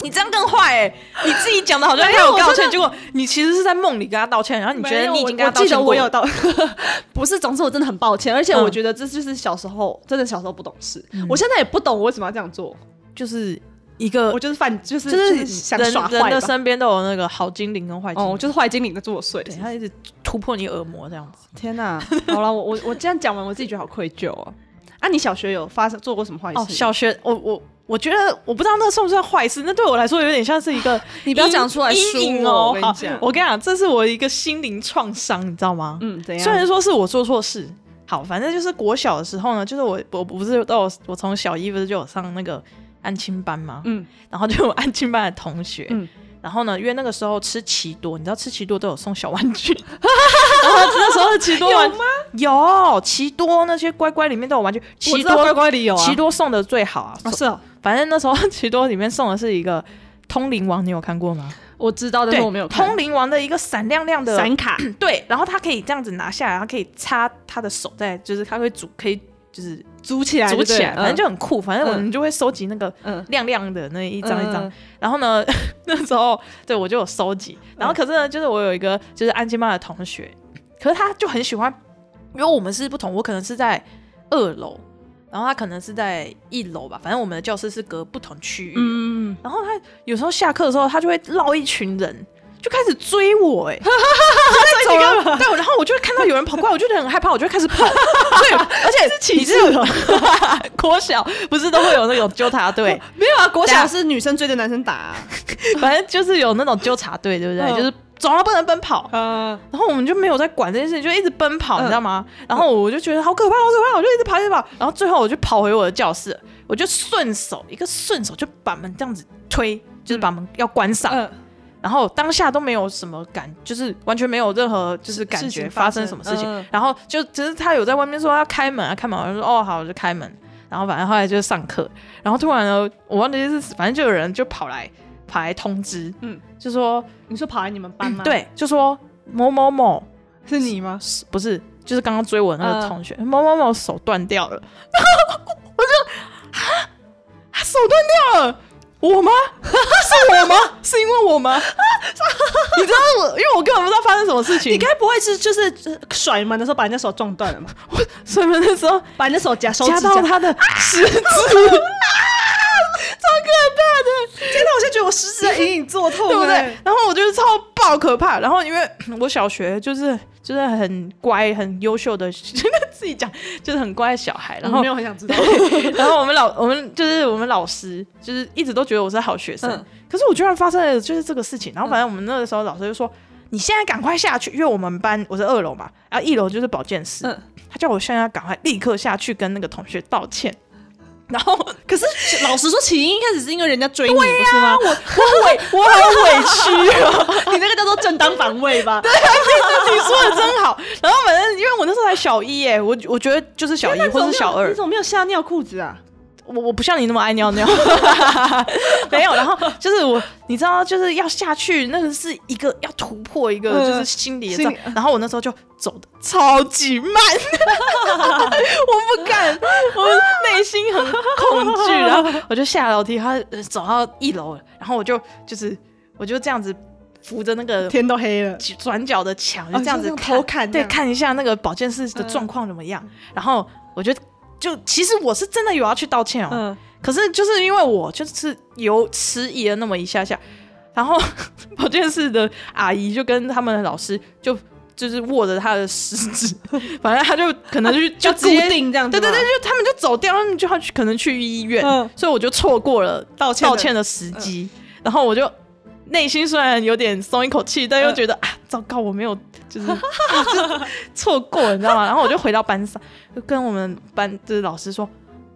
[SPEAKER 1] 你这样更坏哎、你自己讲的好像
[SPEAKER 2] 没
[SPEAKER 1] 他
[SPEAKER 2] 有
[SPEAKER 1] 有
[SPEAKER 2] 我
[SPEAKER 1] 告
[SPEAKER 2] 真
[SPEAKER 1] 歉，
[SPEAKER 2] 的
[SPEAKER 1] 结果你其实是在梦里跟他道歉，然后你觉得你已
[SPEAKER 2] [laughs]
[SPEAKER 1] 经跟他
[SPEAKER 2] 我
[SPEAKER 1] 道
[SPEAKER 2] 记
[SPEAKER 1] 歉
[SPEAKER 2] 得
[SPEAKER 1] 过
[SPEAKER 2] 我有道， [laughs] 不是，总之我真的很抱歉，而且我
[SPEAKER 1] 嗯
[SPEAKER 2] 觉得这就是小时候，真的小时候不懂事，我现在也不懂我为什么要这样做，
[SPEAKER 1] 就是一个
[SPEAKER 2] 呃我就是犯，就是
[SPEAKER 1] 就是
[SPEAKER 2] 想
[SPEAKER 1] 人
[SPEAKER 2] 耍
[SPEAKER 1] 人
[SPEAKER 2] 坏
[SPEAKER 1] 的
[SPEAKER 2] 吧。
[SPEAKER 1] 身边都有那个好精灵跟坏精
[SPEAKER 2] 哦，
[SPEAKER 1] 灵，
[SPEAKER 2] 就是坏精灵在作祟。
[SPEAKER 1] 对他一直突破你耳膜这样子。
[SPEAKER 2] 啊天 [laughs] 呐，好了，我我我这样讲完，我自己觉得好愧疚哦。啊，你小学有发生做过什么坏事？
[SPEAKER 1] 哦，小学我我我觉得我不知道那算不算坏事，那对我来说有点像是一个
[SPEAKER 2] 你不要讲出来
[SPEAKER 1] 阴
[SPEAKER 2] 输
[SPEAKER 1] 阴影
[SPEAKER 2] 我
[SPEAKER 1] 哦。
[SPEAKER 2] 我跟你
[SPEAKER 1] 好
[SPEAKER 2] 讲
[SPEAKER 1] 我跟你讲，这是我一个心灵创伤，你知道吗？
[SPEAKER 2] 嗯，怎
[SPEAKER 1] 虽然
[SPEAKER 2] 样？
[SPEAKER 1] 说是我做错事，好，反正就是国小的时候呢，就是我我不是到我我从小一不是就有上那个安亲班吗？
[SPEAKER 2] 嗯
[SPEAKER 1] 然后就有安亲班的同学，
[SPEAKER 2] 嗯
[SPEAKER 1] 然后呢，因为那个时候吃奇多，你知道吃奇多都有送小玩
[SPEAKER 2] [laughs]
[SPEAKER 1] 具，然后那时候的奇多玩有奇多那些乖乖里面都有玩具，奇多
[SPEAKER 2] 乖乖里有啊，
[SPEAKER 1] 奇多送的最好啊，
[SPEAKER 2] 啊是哦，
[SPEAKER 1] 反正那时候奇多里面送的是一个通灵王，你有看过吗？
[SPEAKER 2] 我知道，但
[SPEAKER 1] 对，
[SPEAKER 2] 是我没有看
[SPEAKER 1] 通灵王的一个闪亮亮的
[SPEAKER 2] 闪卡，
[SPEAKER 1] 对，然后它可以这样子拿下来，它可以插他的手在，就是它会组，可以就是
[SPEAKER 2] 组起来就
[SPEAKER 1] 组
[SPEAKER 2] 对，
[SPEAKER 1] 起来，
[SPEAKER 2] 嗯
[SPEAKER 1] 反正就很酷。反正我
[SPEAKER 2] 嗯
[SPEAKER 1] 们就会收集那个
[SPEAKER 2] 嗯
[SPEAKER 1] 亮亮的那一张一张。
[SPEAKER 2] 嗯
[SPEAKER 1] 然后呢， [laughs] 那时候对我就有收集，然后可是呢，就是我有一个就是安亲班的同学，可是他就很喜欢，因为我们是不同，我可能是在二楼，然后他可能是在一楼吧，反正我们的教室是隔不同区域的。
[SPEAKER 2] 嗯，
[SPEAKER 1] 然后他有时候下课的时候，他就会绕一群人，就开始追我、
[SPEAKER 2] [laughs]
[SPEAKER 1] 哎，他在走了，对，然后我就会看到有人跑过来，我就觉得很害怕，我就开始
[SPEAKER 2] [laughs]
[SPEAKER 1] 跑，对，而且你是有 [laughs] 国小不是都会有那种纠察队，
[SPEAKER 2] [laughs] 没有啊，国
[SPEAKER 1] 对啊
[SPEAKER 2] 小是女生追着男生打啊，
[SPEAKER 1] 反正就是有那种纠察队，对不对？
[SPEAKER 2] 嗯
[SPEAKER 1] 就是总要不能奔跑。
[SPEAKER 2] 嗯，
[SPEAKER 1] 然后我们就没有在管这件事情，就一直奔跑，
[SPEAKER 2] 嗯
[SPEAKER 1] 你知道吗？然后我就觉得好可怕，好可怕，我就一直跑，一直跑。然后最后我就跑回我的教室，我就顺手一个顺手就把门这样子推，就是把门要关上。
[SPEAKER 2] 嗯
[SPEAKER 1] 然后当下都没有什么感，就是完全没有任何就是感
[SPEAKER 2] 事
[SPEAKER 1] 觉
[SPEAKER 2] 情
[SPEAKER 1] 发
[SPEAKER 2] 发
[SPEAKER 1] 生
[SPEAKER 2] 生
[SPEAKER 1] 什么事情。
[SPEAKER 2] 嗯嗯
[SPEAKER 1] 然后就只是他有在外面说要开门啊，开门，我就说哦好，我就开门。然后反正后来就上课，然后突然呢，我忘记是反正就有人就跑来跑来通知，嗯
[SPEAKER 2] 嗯，
[SPEAKER 1] 就说
[SPEAKER 2] 你说跑来你们班吗？，
[SPEAKER 1] 对，就说某某某
[SPEAKER 2] 嗯是你吗？
[SPEAKER 1] 是不是就是刚刚追我那个
[SPEAKER 2] 嗯
[SPEAKER 1] 同学、某某某手断掉了， [laughs] 然后我就啊，手断掉了。我吗？ [laughs] 是我吗？是因为我吗？ [laughs] 你知道我，因为我根本不知道发生什么事情。
[SPEAKER 2] 你该不会是就是呃甩门的时候把人家手撞断了 [laughs] 吗？
[SPEAKER 1] 所以我那时候
[SPEAKER 2] 把人家手夹手指
[SPEAKER 1] 夹
[SPEAKER 2] 夹啊
[SPEAKER 1] 到他的食指， [laughs] 超可怕的。
[SPEAKER 2] 天哪！我现在觉得我食指在隐隐作痛，
[SPEAKER 1] 对不对
[SPEAKER 2] 哎？
[SPEAKER 1] 然后我觉得超爆可怕。然后因为 [clears throat] 我小学就是就是很乖、很优秀的，自己讲 [laughs] 就是很乖的小孩。然
[SPEAKER 2] 我
[SPEAKER 1] 后
[SPEAKER 2] 嗯没有很想知道，
[SPEAKER 1] [laughs] 然后我们老我们就是我们老师就是一直都觉得我是好学生，
[SPEAKER 2] 嗯
[SPEAKER 1] 可是我居然发生了就是这个事情。然后反正我们那个时候老师就说。你现在赶快下去，因为我们班我是二楼嘛，然后一楼就是保健室，
[SPEAKER 2] 嗯
[SPEAKER 1] 他叫我现在赶快立刻下去跟那个同学道歉。然后
[SPEAKER 2] 可是 [laughs] 老实说，起因一开始是因为人家追你，不是吗？
[SPEAKER 1] 我 [laughs] 委我好委屈哦，
[SPEAKER 2] 你那个叫做正当防卫吧？ [laughs]
[SPEAKER 1] [laughs]
[SPEAKER 2] 对，
[SPEAKER 1] 你说的真好。然后反正因为我那时候才小一耶，我我觉得就是小一或是小二
[SPEAKER 2] 你，怎么没有吓尿裤子啊？
[SPEAKER 1] 我我不像你那么爱
[SPEAKER 2] [laughs]
[SPEAKER 1] 尿尿，没有。然后就是我，你知道，就是要下去，那个是一个要突破一个
[SPEAKER 2] 嗯
[SPEAKER 1] 就是心理的
[SPEAKER 2] 心
[SPEAKER 1] 障
[SPEAKER 2] 理
[SPEAKER 1] 碍。然后我那时候就走的超级慢， [laughs] 我不敢，我内心很恐惧。然后我就下楼梯，他呃走到一楼了，然后我就就是我就这样子扶着那个
[SPEAKER 2] 天都黑了，
[SPEAKER 1] 转角的墙，
[SPEAKER 2] 哦
[SPEAKER 1] 就这样嗯子
[SPEAKER 2] 就这样
[SPEAKER 1] 看
[SPEAKER 2] 偷看这
[SPEAKER 1] 对，
[SPEAKER 2] 样
[SPEAKER 1] 看一下那个保健室的状况怎么样。然后我就就其实我是真的有要去道歉哦，
[SPEAKER 2] 嗯，
[SPEAKER 1] 可是就是因为我就是有迟疑了那么一下下，然后 [laughs] 保健室的阿姨就跟他们的老师就就是握着他的食指， [laughs] 反正他就可能 [laughs] 就就
[SPEAKER 2] 就
[SPEAKER 1] 直
[SPEAKER 2] 固
[SPEAKER 1] 接。
[SPEAKER 2] 定这样子
[SPEAKER 1] 对
[SPEAKER 2] 吗，
[SPEAKER 1] 对对，就他们就走掉，他们就要去可能去医院，
[SPEAKER 2] 嗯
[SPEAKER 1] 所以我就错过了
[SPEAKER 2] 道歉的
[SPEAKER 1] 道歉的时机。然后我就内心虽然有点松一口气，但
[SPEAKER 2] 嗯
[SPEAKER 1] 又觉得、啊，糟糕，我没有就是 [laughs] 就是错过，你知道吗？然后我就回到班上，就跟我们班的老师说，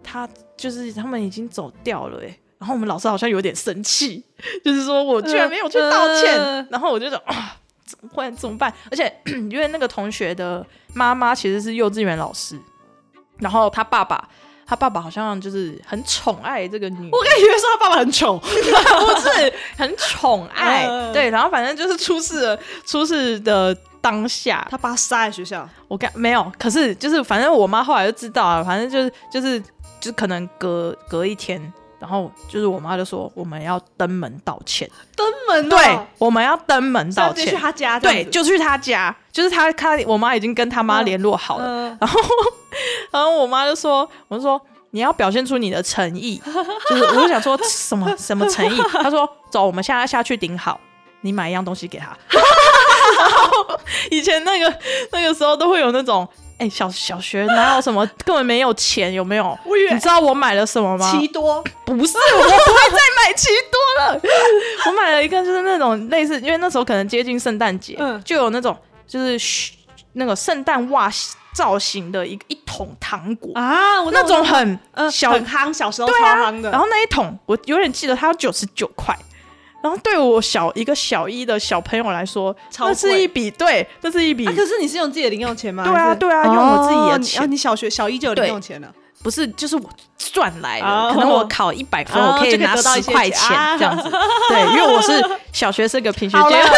[SPEAKER 1] 他就是他们已经走掉了、欸，然后我们老师好像有点生气， [laughs] 就是说我居然没有去道歉，
[SPEAKER 2] 嗯嗯
[SPEAKER 1] 然后我就想啊，怎么办？怎么办？而且 [clears throat] 因为那个同学的妈妈其实是幼稚园老师，然后他爸爸，他爸爸好像就是很宠爱这个女
[SPEAKER 2] 我跟你约说他爸爸很丑，
[SPEAKER 1] 不是 [laughs] 很宠爱，
[SPEAKER 2] 嗯
[SPEAKER 1] 对，然后反正就是出事了，出事的当下，
[SPEAKER 2] 他爸杀在学校，
[SPEAKER 1] 我刚没有，可是就是反正我妈后来就知道了，反正就是就是就可能隔隔一天，然后就是我妈就说我们要登门道歉，
[SPEAKER 2] 登门哦
[SPEAKER 1] 对，我们要登门
[SPEAKER 2] 所以
[SPEAKER 1] 道
[SPEAKER 2] 他直接去
[SPEAKER 1] 歉，
[SPEAKER 2] 他家这样
[SPEAKER 1] 对，
[SPEAKER 2] 子，
[SPEAKER 1] 就去她家，就是她她我妈已经跟她妈联络好了，
[SPEAKER 2] 嗯
[SPEAKER 1] 然后然后我妈就说，我就说你要表现出你的诚意，就是我就想说什么什么诚意，她说走，我们现在下去顶好。你买一样东西给她。 [laughs] 然后以前那个那个时候都会有那种，哎、小小学哪有什么，根本没有钱，有没有？
[SPEAKER 2] 我以为
[SPEAKER 1] 你知道我买了什么吗？
[SPEAKER 2] 奇多，
[SPEAKER 1] 不是，我不会再买奇多了。 [laughs] 我买了一个，就是那种类似，因为那时候可能接近圣诞节，
[SPEAKER 2] 嗯
[SPEAKER 1] 就有那种就是嘘那个圣诞袜造型的一一桶糖果，
[SPEAKER 2] 啊，我
[SPEAKER 1] 那种很
[SPEAKER 2] 呃
[SPEAKER 1] 小
[SPEAKER 2] 很夯，小时候超
[SPEAKER 1] 对啊
[SPEAKER 2] 夯，的，
[SPEAKER 1] 然后那一桶我有点记得它要九十九块，然后对我小一个小一的小朋友来说，
[SPEAKER 2] 超
[SPEAKER 1] 那是
[SPEAKER 2] 贵
[SPEAKER 1] 一笔对，这是一笔、
[SPEAKER 2] 啊，可是你是用自己的零用钱吗？
[SPEAKER 1] 对啊
[SPEAKER 2] 还是
[SPEAKER 1] 对啊用我自己的
[SPEAKER 2] 哦你
[SPEAKER 1] 钱
[SPEAKER 2] 啊你小学小一就有零
[SPEAKER 1] 对
[SPEAKER 2] 用钱了，
[SPEAKER 1] 不是，就是我赚来的。
[SPEAKER 2] 哦
[SPEAKER 1] 可能我考一百分，
[SPEAKER 2] 哦
[SPEAKER 1] 我可以
[SPEAKER 2] 就可以
[SPEAKER 1] 拿
[SPEAKER 2] 得到一
[SPEAKER 1] 十
[SPEAKER 2] 些
[SPEAKER 1] 块
[SPEAKER 2] 钱
[SPEAKER 1] 钱
[SPEAKER 2] 啊
[SPEAKER 1] 这样 [laughs] 子。对，因为我是小学生，个平学
[SPEAKER 2] 好
[SPEAKER 1] 阶
[SPEAKER 2] 了。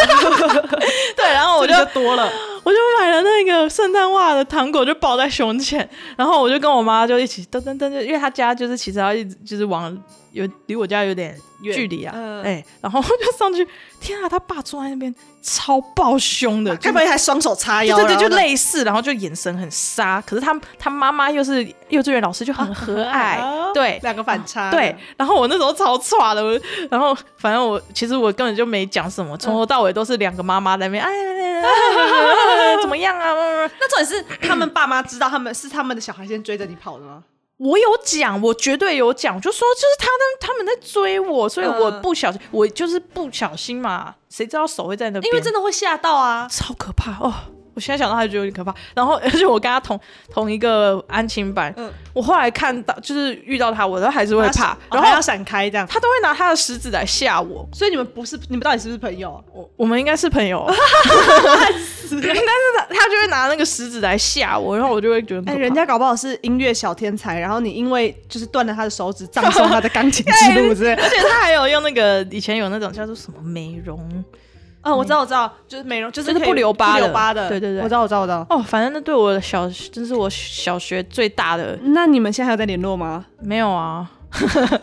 [SPEAKER 1] [laughs] 对，然后我
[SPEAKER 2] 我
[SPEAKER 1] 就
[SPEAKER 2] 就多了，
[SPEAKER 1] 我就买了那个圣诞袜的糖果，就抱在胸前，然后我就跟我妈就一起噔噔噔，就因为她家就是其实要一直就是往有离我家有点
[SPEAKER 2] 远
[SPEAKER 1] 距离啊，哎、
[SPEAKER 2] 嗯
[SPEAKER 1] 然后我就上去，天啊，他爸坐在那边超抱胸的，
[SPEAKER 2] 该不会还双手叉
[SPEAKER 1] 对
[SPEAKER 2] 腰？
[SPEAKER 1] 对对，
[SPEAKER 2] 然后
[SPEAKER 1] 就
[SPEAKER 2] 呢
[SPEAKER 1] 类似，然后就眼神很杀，可是他他妈妈又是幼稚园老师，就很和蔼，
[SPEAKER 2] 哦
[SPEAKER 1] 对。
[SPEAKER 2] 两个反差，
[SPEAKER 1] 对，然后我那时候超差的，我然后反正我其实我根本就没讲什么，从头到尾都是两个妈妈在那边，哎哎，哎哎哎怎么样啊？
[SPEAKER 2] 那重点是他们爸妈知道他们是他们的小孩先追着你跑的吗？
[SPEAKER 1] 我有讲，我绝对有讲，就说就是他在他们在追我，所以我
[SPEAKER 2] 嗯
[SPEAKER 1] 不小心，我就是不小心嘛，谁知道手会在那边？
[SPEAKER 2] 因为真
[SPEAKER 1] 的
[SPEAKER 2] 的会吓到啊！
[SPEAKER 1] 超可怕哦！我现在想到还觉得有点可怕。然后而 [laughs] 且我跟他同同一个安亲班，
[SPEAKER 2] 嗯
[SPEAKER 1] 我后来看到就是遇到他，我哦都还是会怕，
[SPEAKER 2] 然
[SPEAKER 1] 然
[SPEAKER 2] 后要
[SPEAKER 1] 后
[SPEAKER 2] 闪开这样。
[SPEAKER 1] 他都会拿他的食指来吓我。
[SPEAKER 2] 所以你们不是你们到底是不是朋友？
[SPEAKER 1] 我我们应该是朋友， [laughs] 但是他他就会拿那个食指来吓我，然后我就会觉得很可
[SPEAKER 2] 哎，
[SPEAKER 1] 怕。
[SPEAKER 2] 人家搞不好是音乐小天才，然后你因为就是断了他的手指，葬送他的钢琴之路之类
[SPEAKER 1] [laughs] 而且他还有用那个以前有那种叫做什么美容
[SPEAKER 2] 嗯，我知道，我知道，就是美容，就是
[SPEAKER 1] 就是
[SPEAKER 2] 可以
[SPEAKER 1] 不留疤
[SPEAKER 2] 不
[SPEAKER 1] 的
[SPEAKER 2] 留疤的。
[SPEAKER 1] 对对对
[SPEAKER 2] 我知道，我知道，我知道。
[SPEAKER 1] 哦，反正那对我的小，真是我小学最大的
[SPEAKER 2] 那你们现在还有在联络吗？
[SPEAKER 1] 没有啊。
[SPEAKER 2] [laughs] 等一下，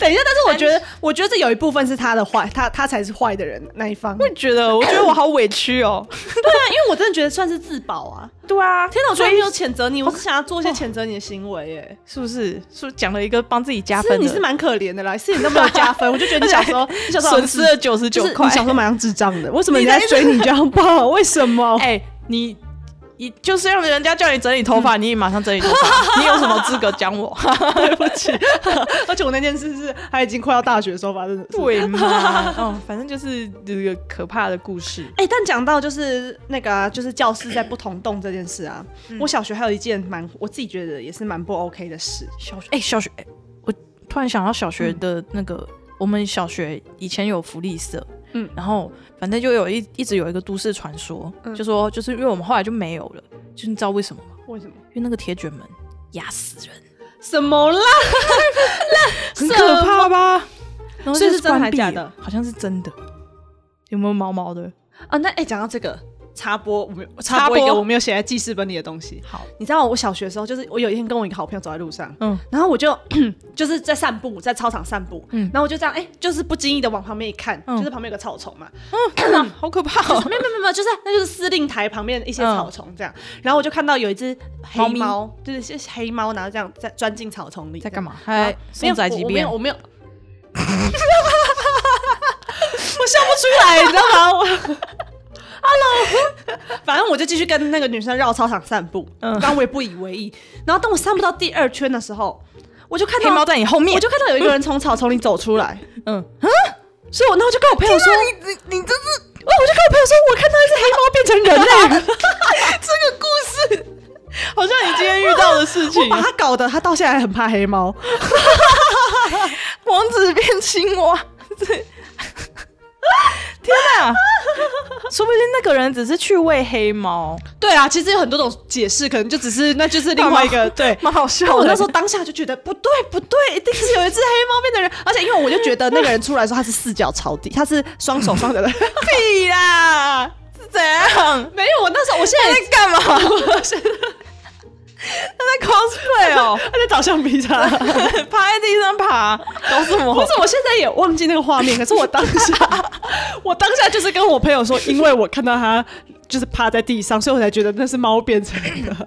[SPEAKER 2] 但是我觉得，我觉得这有一部分是他的坏，他他才是坏的人那一方。对
[SPEAKER 1] 我觉得，我觉得我好委屈哦。
[SPEAKER 2] 啊，因为我真的觉得算是自保啊。
[SPEAKER 1] 对啊，
[SPEAKER 2] 天哪，我居
[SPEAKER 1] 所
[SPEAKER 2] 然没
[SPEAKER 1] 以
[SPEAKER 2] 有谴责你，我是想要做一些谴责你的行为耶。
[SPEAKER 1] 是不是是不是讲了一个帮自己加
[SPEAKER 2] 其
[SPEAKER 1] 分
[SPEAKER 2] 实
[SPEAKER 1] 的？
[SPEAKER 2] 你是蛮可怜的哎啦，是你都没有加分，我就觉得你小时 [laughs] 候，你小时候好
[SPEAKER 1] 损失
[SPEAKER 2] 像
[SPEAKER 1] 了九十
[SPEAKER 2] 就
[SPEAKER 1] 九
[SPEAKER 2] 是
[SPEAKER 1] 块
[SPEAKER 2] 你。
[SPEAKER 1] [laughs]
[SPEAKER 2] 小时候蛮像智障的，为什么人
[SPEAKER 1] 你
[SPEAKER 2] 家
[SPEAKER 1] 才
[SPEAKER 2] 追你就要抱？为什 [laughs] 么？
[SPEAKER 1] 哎、你你就是让人家叫你整理头发，你也马上整理头 [laughs] 发，你有什么资格讲我？
[SPEAKER 2] 对不起，而且我那件事是还已经快要大学的时候发生的事。
[SPEAKER 1] [laughs] 对嘛？ [laughs] 哦，反正就是这个可怕的故事。
[SPEAKER 2] 哎、但讲到就是那个啊、就是教室在不同栋这件事啊，我小学还有一件蛮我自己觉得也是蛮不 OK 的事，
[SPEAKER 1] 小学，哎、小学、哎我突然想到小学的那个，我们小学以前有福利社，
[SPEAKER 2] 嗯
[SPEAKER 1] 嗯，然后反正就有一一直有一个都市传说，
[SPEAKER 2] 嗯
[SPEAKER 1] 就说就是因为我们后来就没有了，就是你知道为什么吗？
[SPEAKER 2] 为什么？
[SPEAKER 1] 因为那个铁卷门压死人，
[SPEAKER 2] 什么啦？
[SPEAKER 1] 很可怕吧？然后
[SPEAKER 2] 所以
[SPEAKER 1] 就是
[SPEAKER 2] 真的
[SPEAKER 1] 关
[SPEAKER 2] 还
[SPEAKER 1] 闭
[SPEAKER 2] 假
[SPEAKER 1] 了
[SPEAKER 2] 的？
[SPEAKER 1] 好像是真的，有没有毛毛的？
[SPEAKER 2] 啊，那哎，欸讲、到这个插播，我没有
[SPEAKER 1] 插
[SPEAKER 2] 插播一个
[SPEAKER 1] 播
[SPEAKER 2] 我没有写在记事本里的东西。
[SPEAKER 1] 好，
[SPEAKER 2] 你知道我小学的时候，就是我有一天跟我一个好朋友走在路上，
[SPEAKER 1] 嗯
[SPEAKER 2] 然后我就就是在散步，在操场散步，
[SPEAKER 1] 嗯
[SPEAKER 2] 然后我就这样，哎、就是不经意的往旁边一看，
[SPEAKER 1] 嗯
[SPEAKER 2] 就是旁边有个草丛嘛，
[SPEAKER 1] 好可怕、
[SPEAKER 2] 哦
[SPEAKER 1] 哦
[SPEAKER 2] 就是没有没有没有，就是那就是司令台旁边的一些草丛这样，然后我就看到有一只黑
[SPEAKER 1] 嗯猫咪
[SPEAKER 2] 猫，就是是黑猫，然后这样在钻进草丛里，
[SPEAKER 1] 在 [laughs] 干嘛？
[SPEAKER 2] 然
[SPEAKER 1] 还
[SPEAKER 2] 后？没有，
[SPEAKER 1] 送宅
[SPEAKER 2] 我
[SPEAKER 1] 急
[SPEAKER 2] 我没
[SPEAKER 1] 便
[SPEAKER 2] 有，？我没有。 [laughs] 我笑不出来，你知道吗？我，Hello，反正我就继续跟那个女生绕操场散步，
[SPEAKER 1] 嗯
[SPEAKER 2] 然后我也不以为意。然后当我散步到第二圈的时候，我就看
[SPEAKER 1] 黑
[SPEAKER 2] 到
[SPEAKER 1] 猫在你后面，
[SPEAKER 2] 我就看到有一个人从草丛里走出来，
[SPEAKER 1] [laughs] 嗯，
[SPEAKER 2] 所以我那我就跟我朋友说，
[SPEAKER 1] 啊你你你这是
[SPEAKER 2] 哦，我就跟我朋友说，我看到一只黑
[SPEAKER 1] [laughs]
[SPEAKER 2] 猫变成人类，这个故事
[SPEAKER 1] 好像你今天遇到的事
[SPEAKER 2] [laughs]
[SPEAKER 1] 情，
[SPEAKER 2] 把他搞得他到现在还很怕黑猫。
[SPEAKER 1] 王子变青蛙， [laughs] 这天哪！说不定那个人只是去喂黑猫，
[SPEAKER 2] 对啊，其实有很多种解释，可能就只是那就是另 [laughs] 外一个对。
[SPEAKER 1] 蛮好
[SPEAKER 2] 然后
[SPEAKER 1] 笑
[SPEAKER 2] 我
[SPEAKER 1] 的。
[SPEAKER 2] 那时候当下就觉得不对不对，一定是有一只黑猫变的人，而且因为我就觉得那个人出来的时候他是四脚朝地，他是双手双脚的，
[SPEAKER 1] 屁啦，是怎样？
[SPEAKER 2] [laughs] 没有我那时候我现
[SPEAKER 1] 他
[SPEAKER 2] 在
[SPEAKER 1] 在干嘛？他
[SPEAKER 2] [laughs]
[SPEAKER 1] 在 cosplay 哦，
[SPEAKER 2] 他在找橡皮 [laughs] 擦，不
[SPEAKER 1] [laughs] 趴在地上爬，搞什么？
[SPEAKER 2] 是我现在也忘记那个画面，可是我当下 [laughs] 我当下就是跟我朋友说，因为我看到他就是趴在地上，所以我才觉得那是猫变成的。
[SPEAKER 1] [laughs]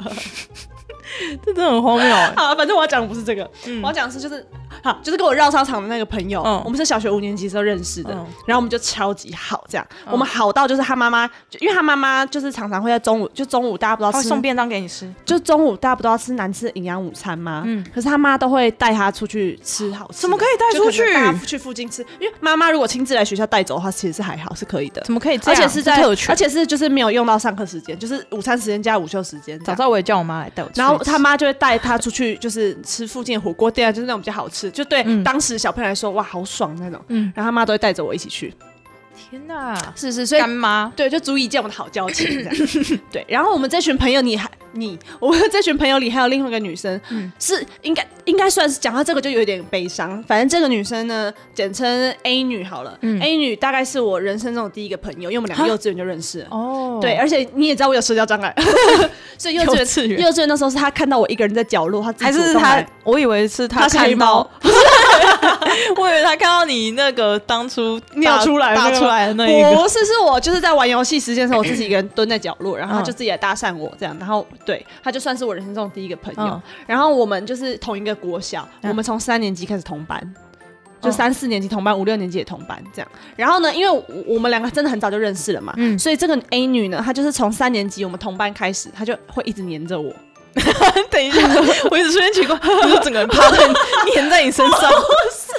[SPEAKER 1] 这真的很荒谬哎。
[SPEAKER 2] [laughs] 好，反正我要讲的不是这个，我要讲的是就是，好，就是跟我绕操场的那个朋友，
[SPEAKER 1] 嗯
[SPEAKER 2] 我们是小学五年级时候认识的，
[SPEAKER 1] 嗯
[SPEAKER 2] 然后我们就超级好，这样，我们好到就是他妈妈，就因为他妈妈就是常常会在中午，就中午大家不知道
[SPEAKER 1] 他会
[SPEAKER 2] 吃
[SPEAKER 1] 送便当给你吃，
[SPEAKER 2] 就中午大家不都要吃难吃的营养午餐吗？嗯
[SPEAKER 1] 嗯，
[SPEAKER 2] 可是他妈都会带他出去吃好吃的，
[SPEAKER 1] 怎么可以带
[SPEAKER 2] 就
[SPEAKER 1] 出
[SPEAKER 2] 可能
[SPEAKER 1] 去
[SPEAKER 2] 带他去附近吃，因为妈妈如果亲自来学校带走的话，其实是还好，是可以的。
[SPEAKER 1] 怎么可啊以这
[SPEAKER 2] 而
[SPEAKER 1] 样？
[SPEAKER 2] 且是在，
[SPEAKER 1] 特
[SPEAKER 2] 而
[SPEAKER 1] 权。
[SPEAKER 2] 且是就是没有用到上课时间，就是午餐时间加午休时间这样。
[SPEAKER 1] 早知道我也叫我妈来带我吃一下。
[SPEAKER 2] 然后他妈就会带他出去，就是吃附近的火锅店啊，就是那种比较好吃，就对
[SPEAKER 1] 嗯
[SPEAKER 2] 当时小朋友来说，哇，好爽那种。
[SPEAKER 1] 嗯
[SPEAKER 2] 然后他妈都会带着我一起去，
[SPEAKER 1] 天哪，
[SPEAKER 2] 是是，所以
[SPEAKER 1] 干妈
[SPEAKER 2] 对，就足以见我们的好交情。这样对，然后我们这群朋友，你还你，我们这群朋友里还有另外一个女生，
[SPEAKER 1] 嗯
[SPEAKER 2] 是应该应该算是讲到这个就有点悲伤。反正这个女生呢，简称 A 女好了、
[SPEAKER 1] 嗯
[SPEAKER 2] a 女大概是我人生中的第一个朋友，因为我们两个
[SPEAKER 1] 哈
[SPEAKER 2] 幼稚园就认识了。
[SPEAKER 1] 哦
[SPEAKER 2] 对，，而且你也知道我有社交
[SPEAKER 1] [laughs]
[SPEAKER 2] 障碍，所以幼稚
[SPEAKER 1] 幼
[SPEAKER 2] 园
[SPEAKER 1] 稚园
[SPEAKER 2] 幼稚园那时候是她看到我一个人在角落，她自己
[SPEAKER 1] 还
[SPEAKER 2] 主
[SPEAKER 1] 是
[SPEAKER 2] 动
[SPEAKER 1] 他
[SPEAKER 2] 来，
[SPEAKER 1] 我以为是
[SPEAKER 2] 她
[SPEAKER 1] 他
[SPEAKER 2] 是黑
[SPEAKER 1] 看到
[SPEAKER 2] 猫，
[SPEAKER 1] [laughs] 我以为他看到你那个当初
[SPEAKER 2] 尿
[SPEAKER 1] 大
[SPEAKER 2] 出来的
[SPEAKER 1] 大
[SPEAKER 2] 那个
[SPEAKER 1] 出来的那一个，
[SPEAKER 2] 不是，是我就是在玩游戏时间的时候，我自己一个人蹲在角落，然后他就自己来搭讪我这样，然后对，他就算是我人生中的第一个朋友
[SPEAKER 1] 嗯。
[SPEAKER 2] 然后我们就是同一个国小，
[SPEAKER 1] 嗯
[SPEAKER 2] 我们从三年级开始同班。就
[SPEAKER 1] 哦
[SPEAKER 2] 三四年级同班，五六年级也同班这样。然后呢，因为我我们两个真的很早就认识了嘛，
[SPEAKER 1] 嗯
[SPEAKER 2] 所以这个 A 女呢，她就是从三年级我们同班开始，她就会一直黏着我。
[SPEAKER 1] 等一 [laughs] 下，我一直出现奇怪，你就整个人趴在粘在你身上，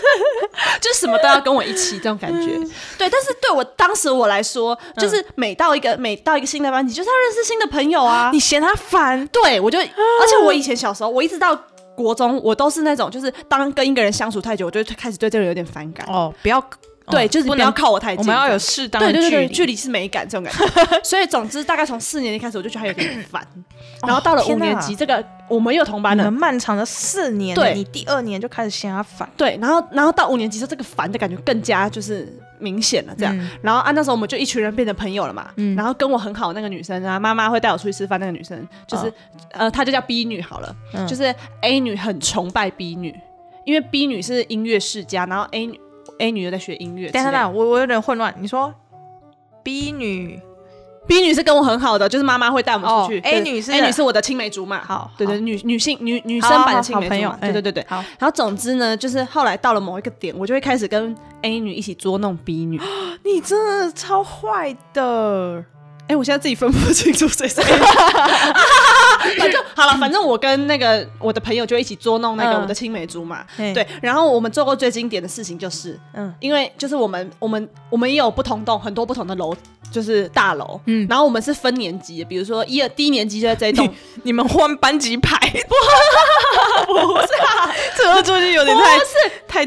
[SPEAKER 2] [laughs] 就什么都要跟我一起这种感觉。
[SPEAKER 1] 嗯
[SPEAKER 2] 对，但是对我当时我来说，就是每到一个、每到一个新的班级，就是要认识新的朋友啊。
[SPEAKER 1] [laughs] 你嫌他烦，
[SPEAKER 2] 对我就，而且我以前小时候，我一直到。国中我都是那种，就是当跟一个人相处太久，我就开始对这个人有点反感。
[SPEAKER 1] 哦， [laughs] 不要，
[SPEAKER 2] 对，
[SPEAKER 1] 哦
[SPEAKER 2] 就是
[SPEAKER 1] 不
[SPEAKER 2] 不要
[SPEAKER 1] 能，
[SPEAKER 2] 靠我太近。
[SPEAKER 1] 我们要有
[SPEAKER 2] 这样
[SPEAKER 1] 适当
[SPEAKER 2] 对
[SPEAKER 1] 的
[SPEAKER 2] 对对对，
[SPEAKER 1] 距
[SPEAKER 2] 距
[SPEAKER 1] 离。
[SPEAKER 2] 离是美感这种感觉。 [laughs] 所以总之，大概从四年级开始，我就觉得还有点烦。然后到了五
[SPEAKER 1] 哦天哪
[SPEAKER 2] 年级，这个我们又同班
[SPEAKER 1] 你
[SPEAKER 2] 了
[SPEAKER 1] 们。漫长的四年，
[SPEAKER 2] 对
[SPEAKER 1] 你第二年就开始嫌他烦，
[SPEAKER 2] 对，然后然后到五年级之后，这个烦的感觉更加就是明显了，这样。
[SPEAKER 1] 嗯
[SPEAKER 2] 然后啊，那时候我们就一群人变成朋友了嘛。
[SPEAKER 1] 嗯
[SPEAKER 2] 然后跟我很好的那个女生啊，妈妈会带我出去吃饭那个女生，就是、
[SPEAKER 1] 哦
[SPEAKER 2] 呃，她就叫 B 女好了，
[SPEAKER 1] 嗯
[SPEAKER 2] 就是 A 女很崇拜 B 女，因为 B 女是音乐世家，然后 A 女 A 女又在学音乐之类的。
[SPEAKER 1] 等一下，等一下，我我有点混乱。你说 B 女
[SPEAKER 2] B 女是跟我很好的，就是妈妈会带我们出去。
[SPEAKER 1] 哦
[SPEAKER 2] 对
[SPEAKER 1] A 女是
[SPEAKER 2] A 女是我的青梅竹马，
[SPEAKER 1] 好
[SPEAKER 2] 对对，
[SPEAKER 1] 好
[SPEAKER 2] 女女性女女
[SPEAKER 1] 女
[SPEAKER 2] 生版的青梅
[SPEAKER 1] 朋
[SPEAKER 2] 竹
[SPEAKER 1] 友
[SPEAKER 2] 马，，对对对对。
[SPEAKER 1] 好，
[SPEAKER 2] 然后总之呢，就是后来到了某一个点，我就会开始跟 A 女一起捉弄 B 女。 [gasps]
[SPEAKER 1] 你真的超坏的，
[SPEAKER 2] 哎、我现在自己分不清楚谁是 A 女。反正好了，反正我跟那个我的朋友就一起捉弄那个
[SPEAKER 1] 嗯
[SPEAKER 2] 我的青梅竹马。
[SPEAKER 1] 嘿
[SPEAKER 2] 对，，然后我们做过最经典的事情就是，
[SPEAKER 1] 嗯
[SPEAKER 2] 因为就是我们我们我们也有不同栋很多不同的楼，就是大楼。
[SPEAKER 1] 嗯，
[SPEAKER 2] 然后我们是分年级的，比如说一二第一年级就在这一栋，
[SPEAKER 1] 你们换班级牌，不，不是啊， [laughs] 这个最近有点太是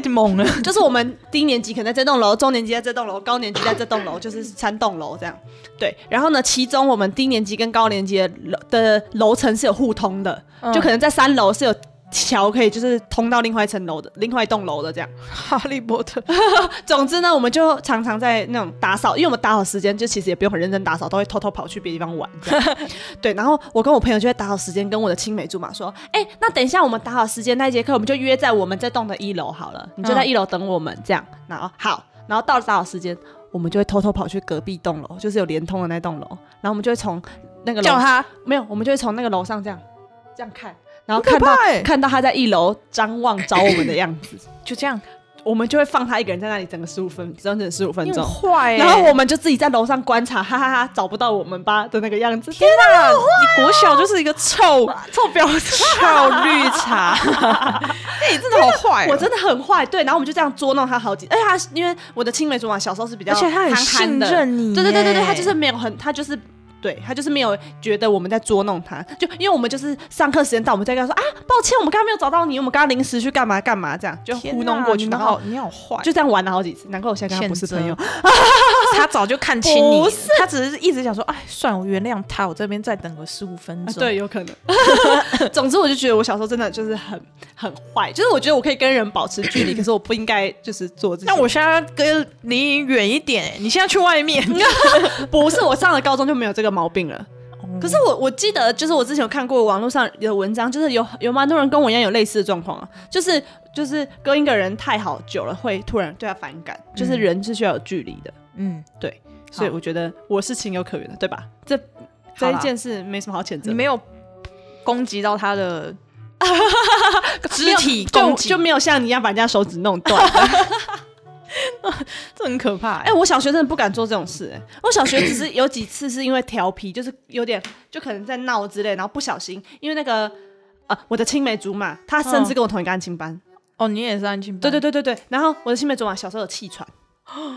[SPEAKER 1] 太猛了，
[SPEAKER 2] 就是我们低年级可能在这栋楼，中年级在这栋楼，高年级在这栋楼，就是三栋楼这样。对，然后呢，其中我们低年级跟高年级的楼的楼层是有互通的，就可能在三楼是有。桥可以就是通到另外一层楼的另外一栋楼的这样。
[SPEAKER 1] [laughs] 哈利波特，
[SPEAKER 2] 总之呢，我们就常常在那种打扫，因为我们打扫时间就其实也不用很认真打扫，都会偷偷跑去别地方玩这样。 [laughs] 对，然后我跟我朋友就在打扫时间跟我的青梅竹马说：“哎、那等一下我们打扫时间那一节课，我们就约在我们这栋的一楼好了，你就在一楼等我们这样。然后好，然后到了打扫时间，我们就会偷偷跑去隔壁栋楼，就是有连通的那栋楼，然后我们就会从那个楼
[SPEAKER 1] 叫他，
[SPEAKER 2] 没有，我们就会从那个楼上这样这样看，然后
[SPEAKER 1] 好可
[SPEAKER 2] 看到
[SPEAKER 1] 怕欸
[SPEAKER 2] 看到他在一楼张望找我们的样子，
[SPEAKER 1] 就这样，
[SPEAKER 2] 我们就会放他一个人在那里整个十五分整整十五分
[SPEAKER 1] 你很
[SPEAKER 2] 钟。
[SPEAKER 1] 坏欸，
[SPEAKER 2] 然后我们就自己在楼上观察，哈哈哈找不到我们吧的那个样子。天哪，
[SPEAKER 1] 啊你国小就是一个臭
[SPEAKER 2] 臭婊子！
[SPEAKER 1] 臭绿
[SPEAKER 2] [laughs]
[SPEAKER 1] 茶，哎，你真的好坏哦，
[SPEAKER 2] 我真的很坏，对。然后我们就这样捉弄他好几，而且他因为我的青梅竹马小时候是比较
[SPEAKER 1] 而且他很
[SPEAKER 2] 憨憨
[SPEAKER 1] 信
[SPEAKER 2] 的，
[SPEAKER 1] 任你耶，
[SPEAKER 2] 对对对对对，他就是没有很，他就是。对他就是没有觉得我们在捉弄他，就因为我们就是上课时间到，我们在跟他说啊，抱歉，我们刚刚没有找到你，我们刚刚临时去干嘛干嘛，这样就
[SPEAKER 1] 天
[SPEAKER 2] 糊
[SPEAKER 1] 哪
[SPEAKER 2] 弄过去，
[SPEAKER 1] 你
[SPEAKER 2] 然
[SPEAKER 1] 们
[SPEAKER 2] 后
[SPEAKER 1] 好，你好坏，
[SPEAKER 2] 就这样玩了好几次。难怪我现在跟他不是朋友，
[SPEAKER 1] [laughs] 他早就看清你
[SPEAKER 2] 不
[SPEAKER 1] 了
[SPEAKER 2] 是，
[SPEAKER 1] 他只是一直想说，哎，算了我原谅他，我这边再等个十五分
[SPEAKER 2] 啊
[SPEAKER 1] 钟。
[SPEAKER 2] 对，有可能。 [laughs] 总之，我就觉得我小时候真的就是很很坏，就是我觉得我可以跟人保持距离，可是我不应该就是做这些。
[SPEAKER 1] 那我现在要跟离你远一点、欸你现在去外面，
[SPEAKER 2] [laughs] 不是我上了高中就没有这个毛病了。
[SPEAKER 1] 哦
[SPEAKER 2] 可是我我记得，就是我之前有看过网络上有文章，就是有有蛮多人跟我一样有类似的状况啊，就是就是跟一个人太好久了，会突然对他反感，就是
[SPEAKER 1] 嗯
[SPEAKER 2] 人是需要有距离的，
[SPEAKER 1] [laughs] 嗯，
[SPEAKER 2] 所以
[SPEAKER 1] 好
[SPEAKER 2] 我觉得我是情有可原的，对吧？这这
[SPEAKER 1] 好
[SPEAKER 2] 一
[SPEAKER 1] 啦
[SPEAKER 2] 件事没什么好谴责
[SPEAKER 1] 你，没有攻击到他的 [laughs]
[SPEAKER 2] 没
[SPEAKER 1] 肢
[SPEAKER 2] 有
[SPEAKER 1] 体
[SPEAKER 2] 就
[SPEAKER 1] 攻击，
[SPEAKER 2] 就没有像你一样把人家手指弄断。
[SPEAKER 1] 这很可怕、欸
[SPEAKER 2] 哎、我小学真的不敢做这种事、哎，我小学只是有几次是因为调皮，就是有点就可能在闹之类，然后不小心，因为那个呃我的青梅竹马，他甚
[SPEAKER 1] 嗯
[SPEAKER 2] 至跟我同一个安亲班，
[SPEAKER 1] 哦，你也是安静班，
[SPEAKER 2] 对对对对对，然后我的青梅竹马小时候有气喘，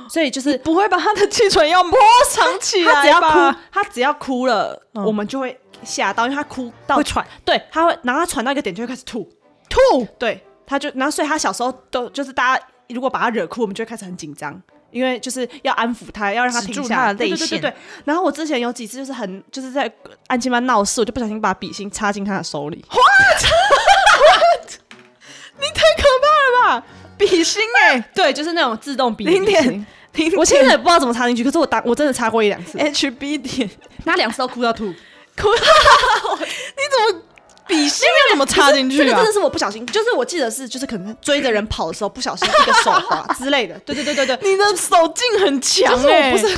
[SPEAKER 2] 所以就是
[SPEAKER 1] 不会把他的气喘要摸长起
[SPEAKER 2] 他只要
[SPEAKER 1] 吧
[SPEAKER 2] 哭？，他只要哭了，
[SPEAKER 1] 嗯
[SPEAKER 2] 我们就会吓到，因为他哭到
[SPEAKER 1] 会喘，
[SPEAKER 2] 对，他会，然后他喘到一个点就会开始吐，
[SPEAKER 1] 吐，
[SPEAKER 2] 对，他就，然后所以他小时候都就是大家如果把他惹哭，我们就会开始很紧张，因为就是要安抚他，要让他
[SPEAKER 1] 止
[SPEAKER 2] 停
[SPEAKER 1] 住
[SPEAKER 2] 下
[SPEAKER 1] 他
[SPEAKER 2] 来
[SPEAKER 1] 的
[SPEAKER 2] 对
[SPEAKER 1] 泪
[SPEAKER 2] 对对
[SPEAKER 1] 腺
[SPEAKER 2] 对对。然后我之前有几次就是很就是在安亲班闹事，我就不小心把笔芯插进他的手里，
[SPEAKER 1] 你太可怕了吧！比心哎、
[SPEAKER 2] 对，就是那种自动
[SPEAKER 1] [laughs]
[SPEAKER 2] 笔
[SPEAKER 1] 零
[SPEAKER 2] 笔
[SPEAKER 1] 点
[SPEAKER 2] 芯。
[SPEAKER 1] 零
[SPEAKER 2] 我 [laughs] 现在也不知道怎么插进去，可是我当我真的插过一两次，
[SPEAKER 1] HB 点，
[SPEAKER 2] 他两次都哭到 [laughs] 吐。
[SPEAKER 1] 你怎么比心要怎么插进
[SPEAKER 2] 这
[SPEAKER 1] 去
[SPEAKER 2] 个
[SPEAKER 1] 啊
[SPEAKER 2] 真的？是我不小心，就是我记得是就是可能追着人跑的时候不小心一个手滑之类的。对对对对 [laughs] 对，
[SPEAKER 1] 你的手劲很强
[SPEAKER 2] 就是
[SPEAKER 1] 哎、
[SPEAKER 2] 我不是，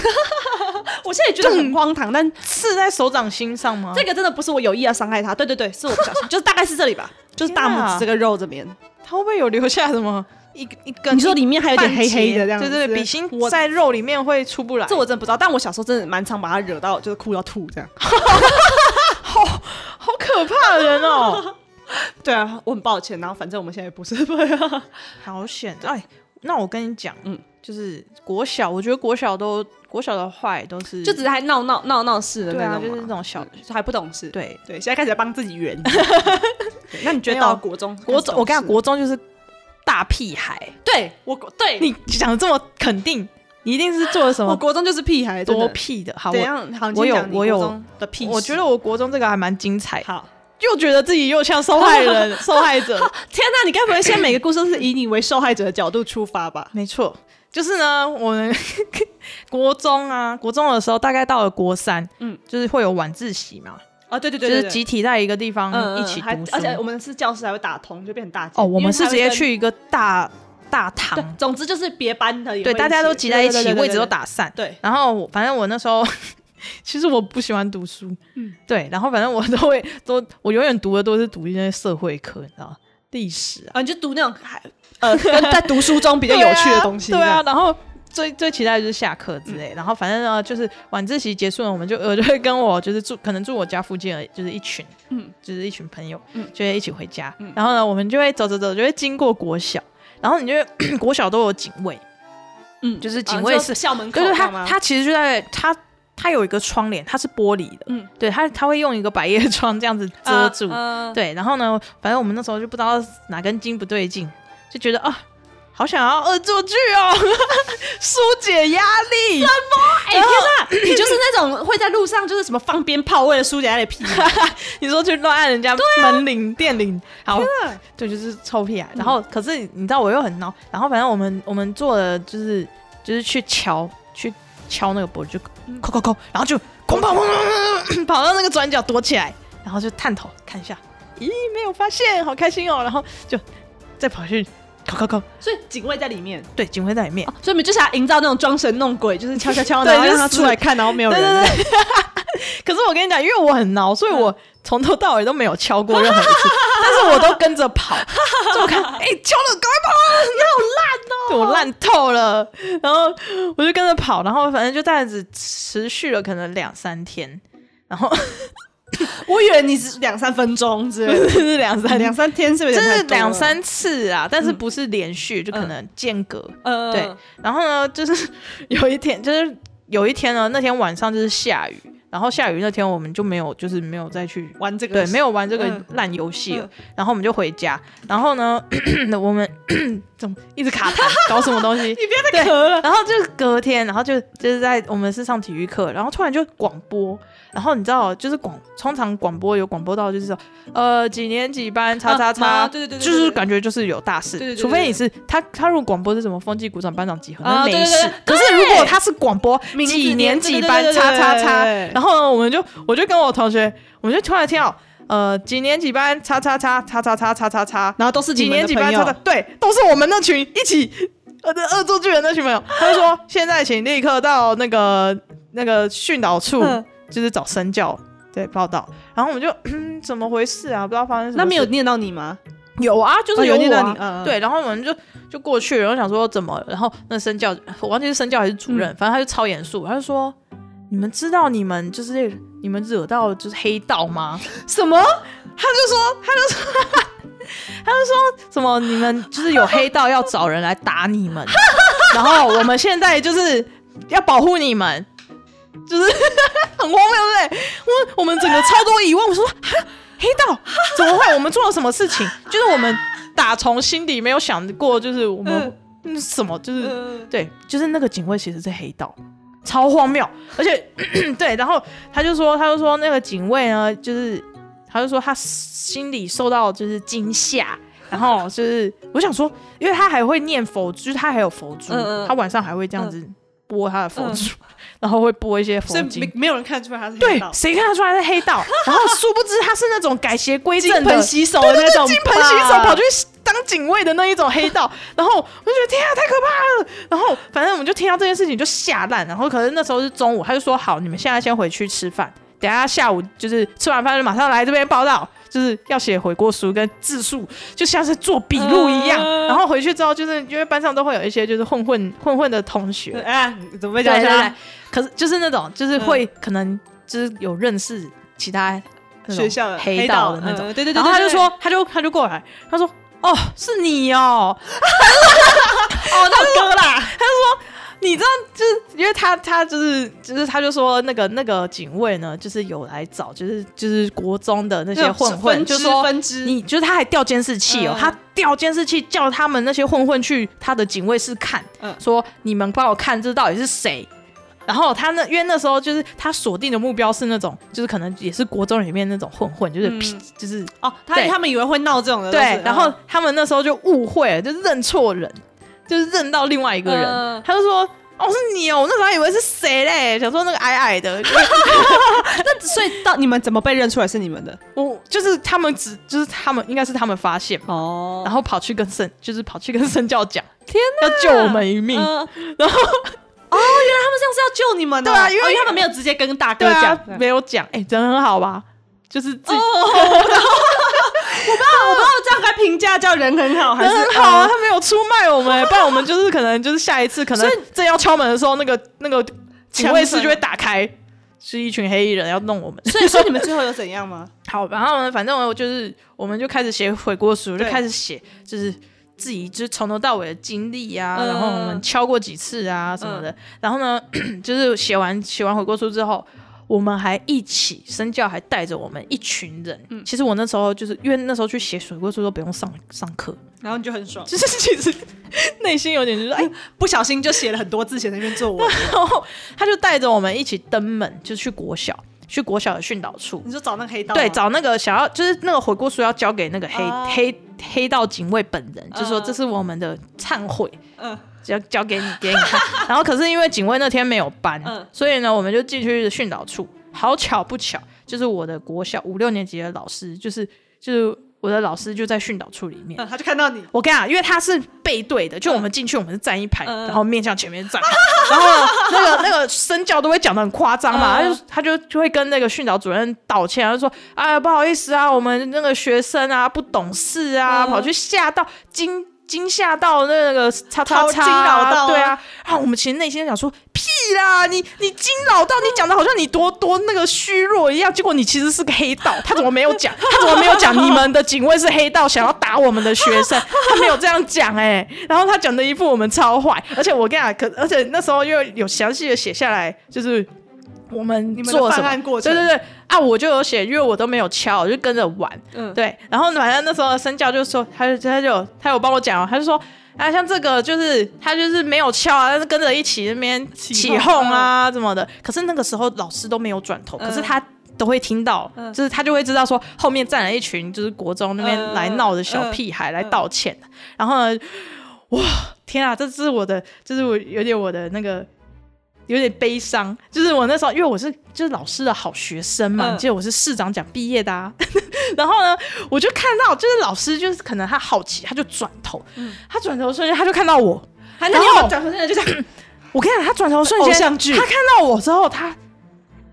[SPEAKER 2] [laughs] 我现在也觉得很荒唐，但
[SPEAKER 1] 刺在手掌心上吗？
[SPEAKER 2] 这个真的不是我有意要伤害他，对对对，是我不小 [laughs] 心，就是大概是这里吧，就是大拇指这个肉这边。
[SPEAKER 1] 它会不会有留下什么一一根？
[SPEAKER 2] 你说里面还有点
[SPEAKER 1] 半
[SPEAKER 2] 黑黑
[SPEAKER 1] 截
[SPEAKER 2] 的这样子，
[SPEAKER 1] 对对对，比心
[SPEAKER 2] 我
[SPEAKER 1] 在肉里面会出不来。
[SPEAKER 2] 这我真的不知道，但我小时候真的蛮常把他惹到，就是哭到吐这样。
[SPEAKER 1] 好可怕的人哦，
[SPEAKER 2] [laughs] 对啊，我很抱歉，然后反正我们现在也不是朋友。
[SPEAKER 1] [laughs] 好险！哎，那我跟你讲，
[SPEAKER 2] 嗯
[SPEAKER 1] 嗯，就是国小，我觉得国小都国小的坏都是
[SPEAKER 2] [laughs] 就只是还闹闹闹闹事的
[SPEAKER 1] 对
[SPEAKER 2] 那
[SPEAKER 1] 啊，
[SPEAKER 2] 种
[SPEAKER 1] 就是
[SPEAKER 2] 嘛，
[SPEAKER 1] 那种小
[SPEAKER 2] 就是还不懂事。
[SPEAKER 1] 对。
[SPEAKER 2] 对，现在开始帮自己 [laughs] 圆。对那你觉得
[SPEAKER 1] 没有
[SPEAKER 2] 到国中，
[SPEAKER 1] 国中，我跟你讲，
[SPEAKER 2] 国
[SPEAKER 1] 国中就是大屁孩。
[SPEAKER 2] 对我对
[SPEAKER 1] 你讲得这么肯定，你一定是做了什
[SPEAKER 2] 我
[SPEAKER 1] 么
[SPEAKER 2] 国中就是屁孩，真的
[SPEAKER 1] 多屁的。好，
[SPEAKER 2] 怎
[SPEAKER 1] 我
[SPEAKER 2] 样？好，你
[SPEAKER 1] 我有
[SPEAKER 2] 先讲你
[SPEAKER 1] 我有
[SPEAKER 2] 国中的屁事，
[SPEAKER 1] 我觉得我国中这个还蛮精彩，
[SPEAKER 2] 好。
[SPEAKER 1] 又觉得自己又像受害
[SPEAKER 2] [laughs]
[SPEAKER 1] 人、受害者。
[SPEAKER 2] 天哪，你该不会现在每个故事都是以你为受害者的角度出发吧？
[SPEAKER 1] 没错，就是呢，我们 [laughs] 国中啊，国中的时候，大概到了国三，
[SPEAKER 2] 嗯
[SPEAKER 1] 嗯，就是会有晚自习嘛，
[SPEAKER 2] 啊，对对
[SPEAKER 1] 就
[SPEAKER 2] 对，
[SPEAKER 1] 是
[SPEAKER 2] 对
[SPEAKER 1] 集体在一个地方
[SPEAKER 2] 嗯
[SPEAKER 1] 一起
[SPEAKER 2] 还
[SPEAKER 1] 读书
[SPEAKER 2] 而。且我们是教室还会打通，就变成大间
[SPEAKER 1] 哦，我
[SPEAKER 2] 因为
[SPEAKER 1] 们是
[SPEAKER 2] 它
[SPEAKER 1] 直
[SPEAKER 2] 会
[SPEAKER 1] 接
[SPEAKER 2] 跟。
[SPEAKER 1] 去一个大大
[SPEAKER 2] 对
[SPEAKER 1] 堂，，
[SPEAKER 2] 总之就是别班的也会
[SPEAKER 1] 对，
[SPEAKER 2] 起，
[SPEAKER 1] 大家都挤在一
[SPEAKER 2] 对
[SPEAKER 1] 起，位置都。打散。
[SPEAKER 2] 对对对对对，
[SPEAKER 1] 然后我反正我那时候， [laughs] 其实我不喜欢读书，
[SPEAKER 2] 嗯
[SPEAKER 1] 嗯，对，然后反正我都会都，我永远读的都是读一些社会课，你知道吗，历史啊，
[SPEAKER 2] 啊，你就读那种还 [laughs] 呃，跟在读书中比较有趣的东西。
[SPEAKER 1] 对啊，对
[SPEAKER 2] 这
[SPEAKER 1] 啊
[SPEAKER 2] 样，嗯
[SPEAKER 1] 然后。最最期待的就是下课之类，然后反正呢，就是晚自习结束了，我们就 [laughs] 呃我就会跟我就是住可能住我家附近的，就是一群，
[SPEAKER 2] 嗯
[SPEAKER 1] 嗯，就是一群朋友，
[SPEAKER 2] 嗯
[SPEAKER 1] 就会一起回家，
[SPEAKER 2] 嗯
[SPEAKER 1] 然后呢，我们就会走走走，就会经过国小，然后你就会嗯国小都有警卫，
[SPEAKER 2] 嗯，
[SPEAKER 1] 就是
[SPEAKER 2] 啊
[SPEAKER 1] 警
[SPEAKER 2] 你
[SPEAKER 1] 卫
[SPEAKER 2] 说
[SPEAKER 1] 室
[SPEAKER 2] 校门口
[SPEAKER 1] 对对，
[SPEAKER 2] 这样
[SPEAKER 1] 它
[SPEAKER 2] 吗，
[SPEAKER 1] 它其实就在它它有一个窗帘，它是玻璃的，
[SPEAKER 2] 嗯啊
[SPEAKER 1] 嗯，对，它它会用一个百叶窗这样子
[SPEAKER 2] 呃
[SPEAKER 1] 遮住，
[SPEAKER 2] 对
[SPEAKER 1] 对，然后呢，反正我们那时候就不知道哪根筋不对劲，就觉得啊。好想要恶作剧哦， [laughs] 疏解压力。
[SPEAKER 2] 哎、天 [laughs] 哪，你就是那种会在路上就是什么放鞭炮为了疏解他的屁吗？
[SPEAKER 1] 你说去乱按人家门铃、电铃，好
[SPEAKER 2] 哪，
[SPEAKER 1] 对，就是臭屁啊。然后，可是你知道我又很孬，然后反正我们我们做了就是就是去敲去敲那个玻璃，就扣扣扣，然后就狂跑跑跑跑到那个转角躲起来，然后就探头看一下，咦，没有发现，好开心哦。然后就再跑去扣扣扣，
[SPEAKER 2] [laughs] 所以警卫在里面，
[SPEAKER 1] 对，警卫在里面。
[SPEAKER 2] 所以你们就想营造那种装神弄鬼，就是敲敲 [laughs] 敲，
[SPEAKER 1] 对
[SPEAKER 2] 然后让
[SPEAKER 1] 就是
[SPEAKER 2] 他出来看，然后没有人。
[SPEAKER 1] 对对对。 [laughs] 可是我跟你讲，因为我很孬，所以
[SPEAKER 2] 嗯
[SPEAKER 1] 我从头到尾都没有敲过任何一
[SPEAKER 2] [laughs]
[SPEAKER 1] 次，但是我都跟着跑，就我看，哎、敲了，赶快跑啊！ [laughs] 你好烂哦，对我烂透了。然后我就跟着跑，然后反正就这样子持续了可能两三天，然后 [laughs]
[SPEAKER 2] 我以为你是两三分钟之类的，
[SPEAKER 1] 是两三
[SPEAKER 2] 两
[SPEAKER 1] 天，
[SPEAKER 2] 三天是不是有
[SPEAKER 1] 就
[SPEAKER 2] 点太
[SPEAKER 1] 是
[SPEAKER 2] 多了？嗯
[SPEAKER 1] 两三次啊，但是不是连续，就可能间隔。
[SPEAKER 2] 呃，
[SPEAKER 1] 对，然后呢，就是 [laughs] 有一天，就是有一天呢，那天晚上就是下雨，然后下雨那天我们就没有，就是没有再去
[SPEAKER 2] 玩这个
[SPEAKER 1] 对，没有玩这个
[SPEAKER 2] 嗯
[SPEAKER 1] 烂游戏了。
[SPEAKER 2] 嗯
[SPEAKER 1] 然后我们就回家，然后呢， [coughs] 我们怎么一直卡痰，搞什么东西？
[SPEAKER 2] 你不要再咳了。
[SPEAKER 1] [laughs] 然后就是隔天，然后就就是在我们是上体育课，然后突然就广播，然后你知道，就是广通常广播有广播到就是说，呃，几年几班叉叉
[SPEAKER 2] 啊
[SPEAKER 1] 叉，
[SPEAKER 2] 对对对对
[SPEAKER 1] 就是
[SPEAKER 2] 对
[SPEAKER 1] 感觉就是有大事，
[SPEAKER 2] 对对对
[SPEAKER 1] 除非你是他他如果广播是什么风纪股长班长集合，
[SPEAKER 2] 啊
[SPEAKER 1] 那没
[SPEAKER 2] 对对
[SPEAKER 1] 事。
[SPEAKER 2] 对对
[SPEAKER 1] 可是如果他是广播
[SPEAKER 2] 名字
[SPEAKER 1] 几
[SPEAKER 2] 念
[SPEAKER 1] 年
[SPEAKER 2] 对
[SPEAKER 1] 几
[SPEAKER 2] 对
[SPEAKER 1] 班
[SPEAKER 2] 对对
[SPEAKER 1] 叉叉
[SPEAKER 2] 对对
[SPEAKER 1] 叉
[SPEAKER 2] 对对，
[SPEAKER 1] 然后呢，我们就我就跟我同学，我们就突然听到，呃，几年几班叉叉叉叉叉叉叉叉叉，
[SPEAKER 2] 然后都是
[SPEAKER 1] 几
[SPEAKER 2] 你们
[SPEAKER 1] 年
[SPEAKER 2] 的
[SPEAKER 1] 级
[SPEAKER 2] 朋
[SPEAKER 1] 班
[SPEAKER 2] 友
[SPEAKER 1] 车的，对，都是我们那群一起呃恶作剧的那群朋
[SPEAKER 2] [laughs]
[SPEAKER 1] 友。他就说，现在请立刻到那个那个训导处
[SPEAKER 2] 嗯，
[SPEAKER 1] 就是找身教对报道。然后我们就嗯，怎么回事啊？不知道发生什么事。
[SPEAKER 2] 那没有念到你吗？
[SPEAKER 1] 有啊，就
[SPEAKER 2] 哦
[SPEAKER 1] 是
[SPEAKER 2] 有念
[SPEAKER 1] 我
[SPEAKER 2] 到
[SPEAKER 1] 啊
[SPEAKER 2] 你，嗯嗯
[SPEAKER 1] 对，然后我们就就过去，然后想说怎么了，然后那身教我忘记是身教还是主任，反正他就超严肃，他就说。你们知道你们就是你们惹到就是黑道 [laughs] 吗？
[SPEAKER 2] 什么？
[SPEAKER 1] 他就说，他就说， [laughs] 他就说什么你们就是有黑道要找人来打你们，然后我们现在就是要保护你们，就是 [laughs] 很荒谬，对不对？我我们整个超多疑问，我说哈，黑道怎么会？我们做了什么事情？就是我们打从心底没有想过，就是我们
[SPEAKER 2] 嗯、
[SPEAKER 1] 嗯、什么，就是、
[SPEAKER 2] 嗯
[SPEAKER 1] 对，就是那个警卫其实是黑道，超荒谬，而且 [coughs] 对，然后他就说，他就说那个警卫呢，就是他就说他心里受到就是惊吓。然后就是，我想说，因为他还会念佛珠，就是他还有佛珠，
[SPEAKER 2] 嗯嗯嗯
[SPEAKER 1] 他晚上还会这样子播他的佛珠，然后会播一些佛
[SPEAKER 2] 所以
[SPEAKER 1] 经，
[SPEAKER 2] 没没有人看得出来他是黑
[SPEAKER 1] 对
[SPEAKER 2] 道，，
[SPEAKER 1] 谁看得出来是黑
[SPEAKER 2] [laughs]
[SPEAKER 1] 道？然后殊不知他是那种改邪归
[SPEAKER 2] 金
[SPEAKER 1] 正的
[SPEAKER 2] 盆洗手的那种吧，
[SPEAKER 1] 金盆洗手跑去当警卫的那一种黑道， [laughs] 然后我就觉得天啊，太可怕了。然后反正我们就听到这件事情就吓烂，然后可是那时候是中午，他就说好，你们现在先回去吃饭，等一下下午就是吃完饭就马上来这边报道，就是要写悔过书跟自述，就像是做笔录一样。
[SPEAKER 2] 嗯
[SPEAKER 1] 然后回去之后，就是因为班上都会有一些就是混混混混的同学
[SPEAKER 2] 对，哎，你怎么会
[SPEAKER 1] 对
[SPEAKER 2] 讲
[SPEAKER 1] 对
[SPEAKER 2] 出
[SPEAKER 1] 对
[SPEAKER 2] 来？，
[SPEAKER 1] 可是就是那种，就是
[SPEAKER 2] 嗯
[SPEAKER 1] 会、可能就是有认识其他那种
[SPEAKER 2] 学校的
[SPEAKER 1] 黑道
[SPEAKER 2] 道
[SPEAKER 1] 的那种，
[SPEAKER 2] 嗯对对对，
[SPEAKER 1] 然后他
[SPEAKER 2] 对
[SPEAKER 1] 就，说，他就他就过来，他说。哦，是你哦！
[SPEAKER 2] 对哦，那哥啦，
[SPEAKER 1] 你知道，就是因为他，他就是，就是，他就说那个那个警卫呢，就是有来找，就是就是国中的那
[SPEAKER 2] 那
[SPEAKER 1] 些混混，就说
[SPEAKER 2] 嗯分支，
[SPEAKER 1] 你，就是他还调监视器哦，
[SPEAKER 2] 嗯
[SPEAKER 1] 他调监视器叫他们那些混混去他的警卫室看，
[SPEAKER 2] 嗯
[SPEAKER 1] 说你们帮我看这到底是谁。然后他那因为那时候就是他锁定的目标是那种，就是可能也是国中里面那种混混，就是、
[SPEAKER 2] 嗯
[SPEAKER 1] 就是
[SPEAKER 2] 哦，他
[SPEAKER 1] 对
[SPEAKER 2] 他们以为会闹这种的，嗯
[SPEAKER 1] 对。然后他们那时候就误会了，就认错人，就是认到另外一
[SPEAKER 2] 一
[SPEAKER 1] 个人。
[SPEAKER 2] 嗯
[SPEAKER 1] 他就说。哦，是你哦！我那时候还以为是谁嘞，想说那个矮矮的，因为
[SPEAKER 2] [laughs] 所以到你们怎么被认出来是你们的？
[SPEAKER 1] 我就是他们只就是他们应该是他们发现吧
[SPEAKER 2] 哦
[SPEAKER 1] 然后跑去跟圣，就是跑去跟圣教讲，天哪，嗯要救我们一命。 [laughs] 然
[SPEAKER 2] 后。嗯哦，原来他们这样是要救你们的，
[SPEAKER 1] 对啊因为
[SPEAKER 2] 哦他们没有直接跟大哥
[SPEAKER 1] 对啊哦
[SPEAKER 2] 讲，这，样
[SPEAKER 1] 没有讲，哎、人很好吧？就是自己、
[SPEAKER 2] 哦我不知道这样该评价叫人很好还
[SPEAKER 1] 人
[SPEAKER 2] 是哦
[SPEAKER 1] 很好啊，他没有出卖我们、欸不然我们就是可能就是下一次可能
[SPEAKER 2] 所以
[SPEAKER 1] 正要敲门的时候，那个那个警卫室就会打开，是一群黑衣人要弄我们。
[SPEAKER 2] 所以说你们最后有怎样吗？ [laughs]
[SPEAKER 1] 好，然后呢，反正我就是我们就开始写悔过书，就
[SPEAKER 2] 对
[SPEAKER 1] 开始写，就是自己就是从头到尾的经历啊，
[SPEAKER 2] 嗯
[SPEAKER 1] 然后我们敲过几次啊什么的。然后呢， [clears throat] 就是写完写完悔过书之后。我们还一起，身教还带着我们一群人。
[SPEAKER 2] 嗯
[SPEAKER 1] 其实我那时候就是因为那时候去写悔过书都不用上上课， [laughs]
[SPEAKER 2] 然后你就很爽，
[SPEAKER 1] 就是其实内心有点就是哎，
[SPEAKER 2] 不小心就写了很多字，写成一篇
[SPEAKER 1] [laughs]
[SPEAKER 2] 作文。
[SPEAKER 1] 然后他就带着我们一起登门，就去国小，去国小的训导处。
[SPEAKER 2] 你就找那个黑道吗，
[SPEAKER 1] 对，找那个想要就是那个悔过书要交给那个黑、
[SPEAKER 2] 哦
[SPEAKER 1] 黑黑道警卫本人，就说
[SPEAKER 2] 嗯
[SPEAKER 1] 这是我们的忏悔，
[SPEAKER 2] 嗯，
[SPEAKER 1] 要交给你 [laughs] 给你看。然后可是因为警卫那天没有班，
[SPEAKER 2] 嗯
[SPEAKER 1] 所以呢我们就进去训导处。好巧不巧，就是我的国小五六年级的老师，就是就是我的老师就在训导处里面。
[SPEAKER 2] 嗯，他就看到你，
[SPEAKER 1] 我跟你讲，因为他是背对的，就我们进去，我们是站一排，
[SPEAKER 2] 嗯嗯
[SPEAKER 1] 然后面向前面站， [laughs] 然后那个那个身教都会讲的很夸张嘛，
[SPEAKER 2] 嗯
[SPEAKER 1] 他就他就就会跟那个训导主任道歉，他就说：“哎，不好意思啊，我们那个学生啊不懂事啊，
[SPEAKER 2] 嗯
[SPEAKER 1] 跑去吓到惊。”惊吓到那个
[SPEAKER 2] [laughs]
[SPEAKER 1] 叉叉
[SPEAKER 2] 超
[SPEAKER 1] 叉、
[SPEAKER 2] 惊扰到啊
[SPEAKER 1] 对啊，啊，我们其实内心想说，屁啦，你你惊扰到，你讲的好像你多多那个虚弱一样，结果你其实是个黑道，他怎么没有讲？他怎么没有讲你们的警卫是黑道，想要打我们的学生？ [laughs] 他没有这样讲哎、然后他讲的一副我们超坏，而且我跟你讲，可而且那时候又有详细的写下来，就是我们
[SPEAKER 2] 你们
[SPEAKER 1] 做
[SPEAKER 2] 的
[SPEAKER 1] 什
[SPEAKER 2] 犯
[SPEAKER 1] 么。
[SPEAKER 2] 案过
[SPEAKER 1] 对
[SPEAKER 2] 程，
[SPEAKER 1] 对对，啊，我就有写，因为我都没有敲，我就跟着玩。
[SPEAKER 2] 嗯，
[SPEAKER 1] 对，然后反正那时候身教就说，他就他就他有帮我讲哦，他就说啊，像这个就是他就是没有敲啊，他是跟着一起那边
[SPEAKER 2] 起
[SPEAKER 1] 起
[SPEAKER 2] 哄
[SPEAKER 1] 哄啊什么的。可是那个时候老师都没有转头，可是
[SPEAKER 2] 嗯
[SPEAKER 1] 他。都会听到，
[SPEAKER 2] 嗯
[SPEAKER 1] 就是他就会知道说后面站了一群就是国中那边
[SPEAKER 2] 嗯
[SPEAKER 1] 来闹的小
[SPEAKER 2] 嗯
[SPEAKER 1] 屁孩来
[SPEAKER 2] 嗯
[SPEAKER 1] 道歉，然后呢，哇，天啊，这是我的，就是我有点我的那个有点悲伤，就是我那时候因为我是就是老师的好学生嘛，
[SPEAKER 2] 嗯
[SPEAKER 1] 你记得我是市长奖毕业的啊， [laughs] 然后呢，我就看到就是老师就是可能他好奇，他就转头，
[SPEAKER 2] 嗯
[SPEAKER 1] 他转头的瞬间他就看到我，
[SPEAKER 2] 还
[SPEAKER 1] 然
[SPEAKER 2] 那你
[SPEAKER 1] 后
[SPEAKER 2] 有转头现
[SPEAKER 1] [coughs]
[SPEAKER 2] 在就这样，
[SPEAKER 1] 我跟你讲，他转头的瞬间
[SPEAKER 2] 偶像剧
[SPEAKER 1] 他看到我之后，他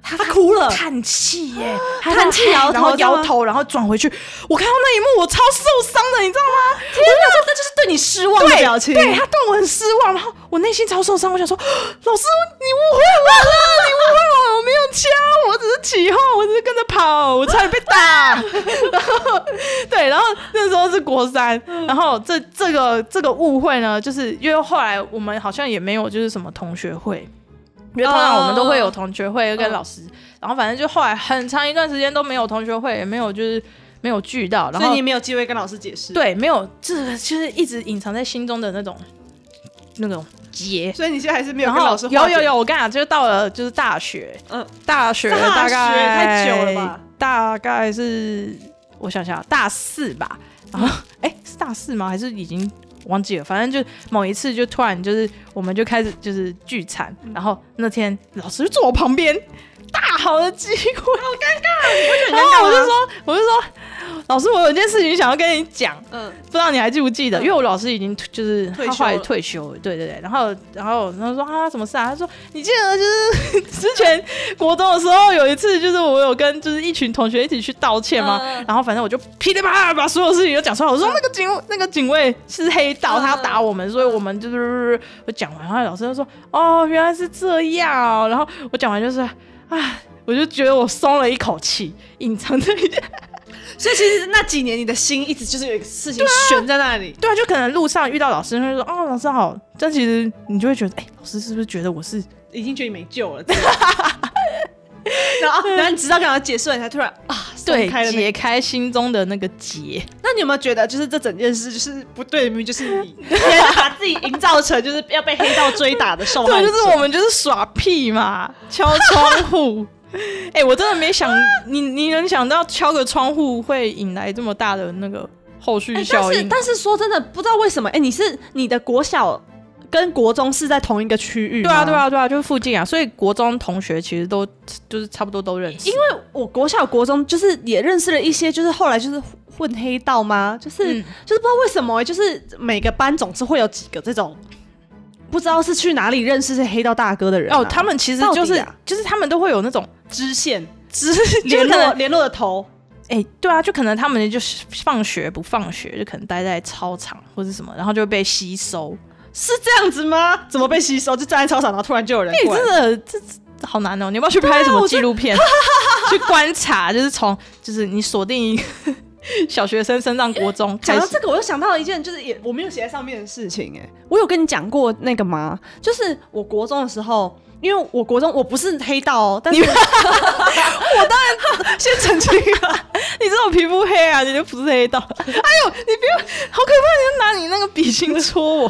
[SPEAKER 1] 他
[SPEAKER 2] 他哭了啊
[SPEAKER 1] 叹气耶，他
[SPEAKER 2] 叹气摇头
[SPEAKER 1] 然后
[SPEAKER 2] 这样吗
[SPEAKER 1] 摇头，然后转回去，我看到那一幕我超受伤的，你知道吗？
[SPEAKER 2] 天哪，这这就是对你失望的表情，
[SPEAKER 1] 对他对我很失望，然后我内心超受伤。我想说， [gasps] 老师，你误会我了，你误会我，我没有枪，我只是起哄，我只是跟着跑，我差点被打。 [laughs] 然后对，然后那时候是国三，
[SPEAKER 2] 嗯
[SPEAKER 1] 然后这这个这个误会呢，就是因为后来我们好像也没有就是什么同学会。因为通常我们都会有
[SPEAKER 2] 哦
[SPEAKER 1] 同学会跟
[SPEAKER 2] 嗯
[SPEAKER 1] 老师，然后反正就后来很长一段时间都没有同学会，也没有就是没有聚到，然
[SPEAKER 2] 所以
[SPEAKER 1] 后
[SPEAKER 2] 你没有机会跟老师解释。，
[SPEAKER 1] 对没有这个就是一直隐藏在心中的那种那种结。
[SPEAKER 2] 所以你现在还是没有
[SPEAKER 1] 然
[SPEAKER 2] 跟
[SPEAKER 1] 后
[SPEAKER 2] 老师化解。
[SPEAKER 1] 有有有，我跟你讲，就是到了就是大学，
[SPEAKER 2] 嗯
[SPEAKER 1] 嗯，大学大
[SPEAKER 2] 大学
[SPEAKER 1] 概
[SPEAKER 2] 太久了吧？
[SPEAKER 1] 大概是我想想，大四吧。然后 [laughs] 哎、是大四吗？还是已经忘记了？反正就某一次就突然就是我们就开始就是聚餐，然后那天老师就坐我旁边，大好的机会，好尴尬。 [laughs] 然后我就说，我就说，老师，我有一件事情想要跟你讲。
[SPEAKER 2] 嗯，
[SPEAKER 1] 不知道你还记不记得？因为我老师已经退就是
[SPEAKER 2] 退
[SPEAKER 1] 他
[SPEAKER 2] 休
[SPEAKER 1] 后来
[SPEAKER 2] 了
[SPEAKER 1] 退休了，对对对。然后然后然后说啊什么事啊？他说你记得就是 [laughs] 之前国中的时候有一次，就是我有跟就是一群同学一起去道歉吗？
[SPEAKER 2] 嗯
[SPEAKER 1] 然后反正我就噼里啪啦把所有事情都讲出来。我说那个警那个警卫是黑道，
[SPEAKER 2] 嗯
[SPEAKER 1] 他要打我们，所以我们就是我讲完，然后老师就说哦原来是这样哦、然后我讲完就是啊，我就觉得我松了一口气，隐藏在
[SPEAKER 2] 所以其实那几年你的心一直就是有一个事情悬在那里。
[SPEAKER 1] 对啊，就可能路上遇到老师，他就说：“哦，老师好。”但其实你就会觉得，哎、老师是不是觉得我是
[SPEAKER 2] 已经觉得你没救 [laughs] 了。然后，然后你直到跟他解释，你才突然啊，松
[SPEAKER 1] 对
[SPEAKER 2] 开了、那
[SPEAKER 1] 解开心中的那个结？
[SPEAKER 2] 那你有没有觉得，就是这整件事就是不对，明明就是你 [laughs] 把自己营造成就是要被黑道追打的受
[SPEAKER 1] 对，
[SPEAKER 2] 害者，
[SPEAKER 1] 就是我们就是耍屁嘛，敲窗 [laughs] 户。哎、我真的没想，你你能想到敲个窗户会引来这么大的那个后续
[SPEAKER 2] 哎
[SPEAKER 1] 效
[SPEAKER 2] 但是
[SPEAKER 1] 应？
[SPEAKER 2] 但是说真的，不知道为什么，哎、你是你的国小跟国中是在同一个区域，
[SPEAKER 1] 对啊，对。啊，对啊，就是附近啊，所以国中同学其实都就是差不多都认识，
[SPEAKER 2] 因为我国小、国中就是也认识了一些，就是后来就是混黑道吗？就是、
[SPEAKER 1] 嗯
[SPEAKER 2] 就是不知道为什么、哎就是每个班总是会有几个这种不知道是去哪里认识这些黑道大哥的人啊、
[SPEAKER 1] 哦，他们其实
[SPEAKER 2] 到底
[SPEAKER 1] 就是、
[SPEAKER 2] 啊
[SPEAKER 1] 就是他们都会有那种
[SPEAKER 2] 支 [laughs] 线
[SPEAKER 1] [laughs] 只
[SPEAKER 2] 联 [laughs] 络联络的头，
[SPEAKER 1] 哎、对啊，就可能他们就是放学不放学，就可能待在操场或者什么，然后就被吸收。
[SPEAKER 2] 是这样子吗？怎么被吸收？就站在操场，然后突然就有人
[SPEAKER 1] 哎、
[SPEAKER 2] [laughs] 过来
[SPEAKER 1] 真。的这这好难哦、你要不要去
[SPEAKER 2] 啊
[SPEAKER 1] 拍什么纪录片， [laughs] 去观察？就是从就是你锁定一个 [laughs] 小学生升上国中
[SPEAKER 2] 讲
[SPEAKER 1] 开
[SPEAKER 2] 到
[SPEAKER 1] 始
[SPEAKER 2] 这，个，我又想到一件，就是也我没有写在上面的事情、哎，我有跟你讲过那个吗？就是我国中的时候，因为我国中我不是黑道哦，但是 [laughs] 我当然先澄清了，
[SPEAKER 1] 你这种皮肤黑啊，你就不是黑道。 [laughs] 哎呦，你不要，好可怕！你就拿你那个笔芯戳我。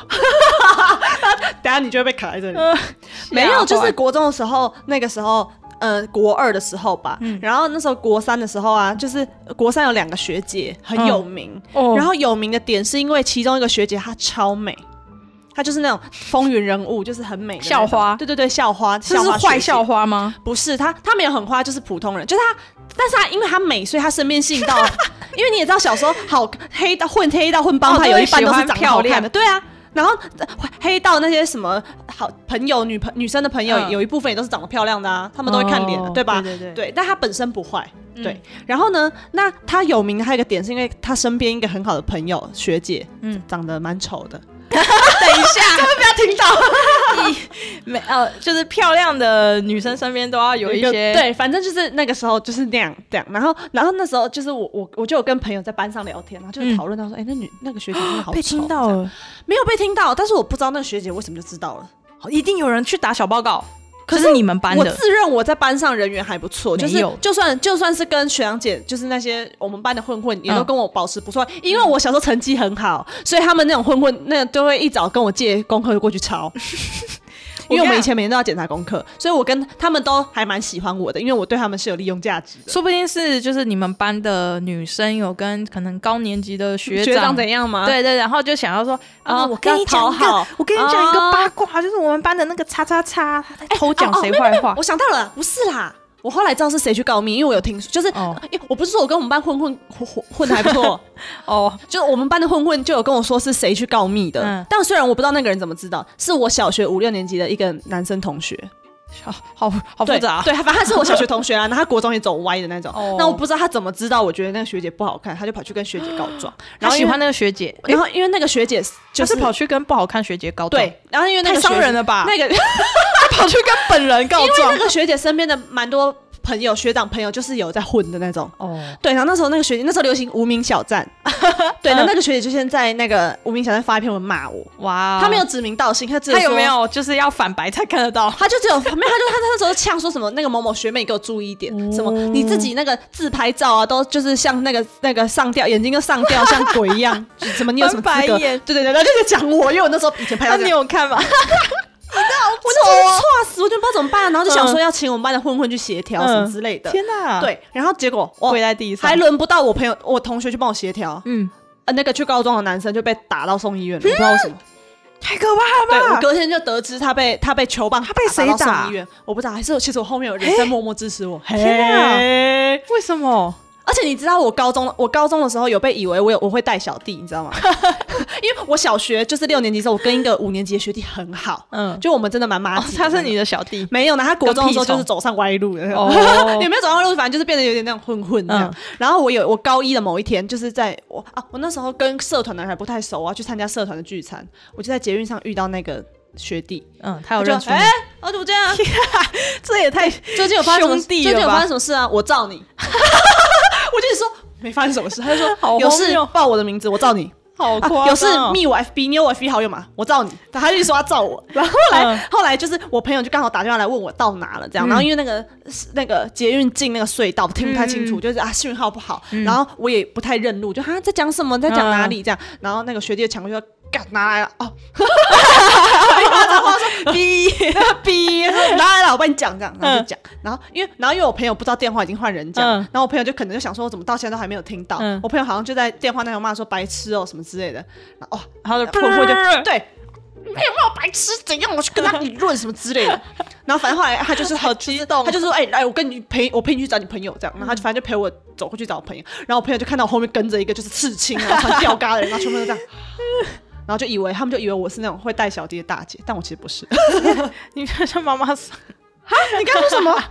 [SPEAKER 2] 等下你就会被卡在这里。
[SPEAKER 1] 呃
[SPEAKER 2] [laughs] 没有，
[SPEAKER 1] 吓
[SPEAKER 2] 就
[SPEAKER 1] 坏
[SPEAKER 2] 是国中的时候，那个时候，呃，国二的时候吧，
[SPEAKER 1] 嗯
[SPEAKER 2] 然后那时候国三的时候啊，就是国三有两个学姐很有名，
[SPEAKER 1] 哦
[SPEAKER 2] 然后有名的点是因为其中一个学姐她超美，她就是那种风云人物，就是很美的那
[SPEAKER 1] 校
[SPEAKER 2] 种
[SPEAKER 1] 花
[SPEAKER 2] 对对对，校花，
[SPEAKER 1] 这
[SPEAKER 2] 校
[SPEAKER 1] 是
[SPEAKER 2] 花学姐
[SPEAKER 1] 坏校，花吗？
[SPEAKER 2] 不是她，她没有很花，就是普通人，就是她，但是她因为她美，所以她身边吸引到， [laughs] 因为你也知道小时候好黑道混黑道混帮派、
[SPEAKER 1] 哦
[SPEAKER 2] 有一半
[SPEAKER 1] 都
[SPEAKER 2] 都
[SPEAKER 1] 会喜欢
[SPEAKER 2] 是长得好
[SPEAKER 1] 漂
[SPEAKER 2] 看的，
[SPEAKER 1] 亮
[SPEAKER 2] 对啊。然后呃黑道那些什么好朋友、女朋女生的朋友，
[SPEAKER 1] 嗯
[SPEAKER 2] 有一部分也都是长得漂亮的啊，他们都会看脸的，
[SPEAKER 1] 哦
[SPEAKER 2] 对吧？
[SPEAKER 1] 对对对
[SPEAKER 2] 对，但她本身不坏，
[SPEAKER 1] 嗯
[SPEAKER 2] 对。然后呢，那她有名的还有一个点是因为她身边一个很好的朋友学姐，嗯
[SPEAKER 1] 嗯，
[SPEAKER 2] 长得蛮丑的，
[SPEAKER 1] [laughs] 等一
[SPEAKER 2] [laughs]
[SPEAKER 1] 下，
[SPEAKER 2] 不要听到
[SPEAKER 1] 没呃，就是漂亮的女生身边都要有一
[SPEAKER 2] 个
[SPEAKER 1] 些
[SPEAKER 2] 对，反正就是那个时候就是那样这样。然后，然后那时候就是我我我就有跟朋友在班上聊天，然后就是
[SPEAKER 1] 嗯
[SPEAKER 2] 讨论到说，哎、那女那个学姐真的好
[SPEAKER 1] 被
[SPEAKER 2] 丑
[SPEAKER 1] 听到
[SPEAKER 2] 这样
[SPEAKER 1] 了。
[SPEAKER 2] 没有被听到，但是我不知道那个学姐为什么就知道了。
[SPEAKER 1] 哦一定有人去打小报告，可是你们班
[SPEAKER 2] 我
[SPEAKER 1] 的
[SPEAKER 2] 自认我在班上人缘还不错，就
[SPEAKER 1] 没
[SPEAKER 2] 是
[SPEAKER 1] 有
[SPEAKER 2] 就算就算是跟学长姐，就是那些我们班的混混，也都
[SPEAKER 1] 嗯
[SPEAKER 2] 跟我保持不错。因为我小时候成绩很好，所以他们那种混混，那都会一早跟我借功课过去
[SPEAKER 1] [laughs]
[SPEAKER 2] 抄。因为我
[SPEAKER 1] 我跟
[SPEAKER 2] 们
[SPEAKER 1] 你讲
[SPEAKER 2] 以前每天都要检查功课，所以我跟他们都还蛮喜欢我的，因为我对他们是有利用价值的。
[SPEAKER 1] 说不定是就是你们班的女生有跟可能高年级的学
[SPEAKER 2] 学长怎样吗？
[SPEAKER 1] 对对，然后就想要说
[SPEAKER 2] 啊
[SPEAKER 1] 啊，我跟你讲一
[SPEAKER 2] 要讨
[SPEAKER 1] 个哦
[SPEAKER 2] 好，
[SPEAKER 1] 我跟你讲一
[SPEAKER 2] 啊
[SPEAKER 1] 个八卦，就是我们班的那个叉叉叉，他在偷讲谁坏话
[SPEAKER 2] 我。想到了，不是啦。我后来知道是谁去告密，因为我有听说，就是、
[SPEAKER 1] 哦
[SPEAKER 2] 因为我不是说我跟我们班混混混混混的还不
[SPEAKER 1] [laughs]
[SPEAKER 2] 错，
[SPEAKER 1] 哦，
[SPEAKER 2] 就我们班的混混就有跟我说是谁去告密的，
[SPEAKER 1] 嗯
[SPEAKER 2] 但虽然我不知道那个人怎么知道，是我小学五六年级的一个男生同学，
[SPEAKER 1] 好好好复
[SPEAKER 2] 对
[SPEAKER 1] 杂，
[SPEAKER 2] 对，反正他是我小学同学啊，然后他国中也走歪的那种，
[SPEAKER 1] 啊哦
[SPEAKER 2] 那我不知道他怎么知道，我觉得那个学姐不好看，他就跑去跟学姐告状，然
[SPEAKER 1] 然后
[SPEAKER 2] 后因
[SPEAKER 1] 嗯喜
[SPEAKER 2] 为
[SPEAKER 1] 欢，那个学姐，
[SPEAKER 2] 然后因为那个学姐就
[SPEAKER 1] 就是是跑去跟不好看学姐告状，
[SPEAKER 2] 对，然后因为那
[SPEAKER 1] 太
[SPEAKER 2] 个
[SPEAKER 1] 伤 [laughs]
[SPEAKER 2] 学
[SPEAKER 1] 人了吧？
[SPEAKER 2] 那个
[SPEAKER 1] 跑去跟本人告
[SPEAKER 2] 因为
[SPEAKER 1] 状
[SPEAKER 2] 那，个学姐身边的蛮多朋友、学长朋友，就是有在混的那种。
[SPEAKER 1] [laughs] 哦，
[SPEAKER 2] 对，然后那时候那个学姐，那时候流行无名
[SPEAKER 1] [laughs]
[SPEAKER 2] 小站，对，
[SPEAKER 1] 嗯
[SPEAKER 2] 然后那个学姐就先在那个无名小站发一篇文骂我，
[SPEAKER 1] 哇哦
[SPEAKER 2] 她没有指名道姓，她只
[SPEAKER 1] 他啊有
[SPEAKER 2] 说
[SPEAKER 1] 没？有就是要反白才看得到？
[SPEAKER 2] 她就只有没有，她就她那时候呛说什么那个某某学妹，你给我注意一点，什
[SPEAKER 1] 哦
[SPEAKER 2] 么你自己那个自拍照啊，都就是像那个那个上吊，眼睛都上吊，像鬼一样，什么你有什么资格？
[SPEAKER 1] 翻白
[SPEAKER 2] 对
[SPEAKER 1] 眼
[SPEAKER 2] 对对，然后就在讲我，因为我那时候以前拍到
[SPEAKER 1] 那
[SPEAKER 2] 这样
[SPEAKER 1] 你有啊看吗？
[SPEAKER 2] 我那时候 [laughs] 错啊死，我就不知道怎么办、然后就想说要请我们班的混混去协调什么之类的。
[SPEAKER 1] 嗯天哪！，
[SPEAKER 2] 对，然后结果我
[SPEAKER 1] 跪在地上
[SPEAKER 2] 还。轮不到我朋友，我同学去帮我协调。
[SPEAKER 1] 嗯，
[SPEAKER 2] 呃，那个去高中的男生就被打到送医院了，我不知道为什么。
[SPEAKER 1] 太可怕
[SPEAKER 2] 对
[SPEAKER 1] 了吧！
[SPEAKER 2] 我隔天就得知他被他被球棒，他
[SPEAKER 1] 被谁
[SPEAKER 2] 打到
[SPEAKER 1] 打
[SPEAKER 2] 送医院？我不知道，还是其实我后面有人在默默支持我。
[SPEAKER 1] 天哪
[SPEAKER 2] 嘿！
[SPEAKER 1] 为什么？
[SPEAKER 2] 而且你知道，我高中我高中的时候有被以为我有我会带小弟，你
[SPEAKER 1] [laughs]
[SPEAKER 2] 知道吗？因为我小学就是六年级的时候，我跟一个五年级的学弟很好，
[SPEAKER 1] 嗯，
[SPEAKER 2] 就我们真的蛮妈
[SPEAKER 1] 哦
[SPEAKER 2] 吉的，
[SPEAKER 1] 他是
[SPEAKER 2] 那种
[SPEAKER 1] 你的小弟。
[SPEAKER 2] 没有呢，他国中的时候就是
[SPEAKER 1] 跟屁虫
[SPEAKER 2] 走上歪路的，
[SPEAKER 1] 哦
[SPEAKER 2] [laughs] 也没有走上歪路，反正就是变得有点那种混混这样。
[SPEAKER 1] 嗯
[SPEAKER 2] 然后我有我高一的某一天，就是在我啊，我那时候跟社团的人还不太熟，我啊要去参加社团的聚餐，我就在捷运上遇到那个学弟，
[SPEAKER 1] 嗯，他
[SPEAKER 2] 我
[SPEAKER 1] 有
[SPEAKER 2] 就
[SPEAKER 1] 认出你
[SPEAKER 2] 哎，好久不见啊，
[SPEAKER 1] 这也太
[SPEAKER 2] [laughs] 最近有发生什么
[SPEAKER 1] 兄弟
[SPEAKER 2] 最
[SPEAKER 1] 了
[SPEAKER 2] 近有
[SPEAKER 1] 吧
[SPEAKER 2] 发生什么事啊？我罩你， [laughs] 我就说没发生什么事，他就 [laughs] 说
[SPEAKER 1] 好
[SPEAKER 2] 有
[SPEAKER 1] 荒
[SPEAKER 2] 事
[SPEAKER 1] 谬
[SPEAKER 2] 报我的名字，我罩你。
[SPEAKER 1] 好
[SPEAKER 2] 啊
[SPEAKER 1] 夸张哦！
[SPEAKER 2] 有事密我 FB，你有我 FB 好友吗？我罩你，他就说他罩我，然后后来、
[SPEAKER 1] 嗯
[SPEAKER 2] 后来就是我朋友就刚好打电话来问我到哪了，这样，然后因为那个那个捷运进那个隧道听不太清楚，
[SPEAKER 1] 嗯
[SPEAKER 2] 就是啊信号不好，然后我也不太认路，就哈啊在讲什么，在讲哪
[SPEAKER 1] 嗯
[SPEAKER 2] 里这样，然后那个学弟就抢过去说。干拿来了哦，
[SPEAKER 1] 逼逼，
[SPEAKER 2] 拿来了，我帮你讲这样，然后就
[SPEAKER 1] 嗯
[SPEAKER 2] 讲，然后因为然后因为我朋友不知道电话已经换人讲，
[SPEAKER 1] 嗯
[SPEAKER 2] 然后我朋友就可能就想说，我怎么到现在都还没有听到？
[SPEAKER 1] 嗯
[SPEAKER 2] 我朋友好像就在电话那头骂说白痴哦、什么之类的，然后哦，
[SPEAKER 1] 然后
[SPEAKER 2] 婆婆就
[SPEAKER 1] 对，
[SPEAKER 2] 对，没有没有白痴怎样，我去跟他理论什么之类的。然后反正后来他就是好激动，他就说哎哎，我跟你陪我陪你去找你朋友这样，然后他就反正就陪我走过去找我朋友，然后我朋友就看到我后面跟着一个就是刺青啊、穿吊嘎的人，然后全部都这样。然后就以为他们就以为我是那种会带小弟的大姐，但我其实不是。
[SPEAKER 1] 你看像妈妈桑，
[SPEAKER 2] 你刚刚说什么？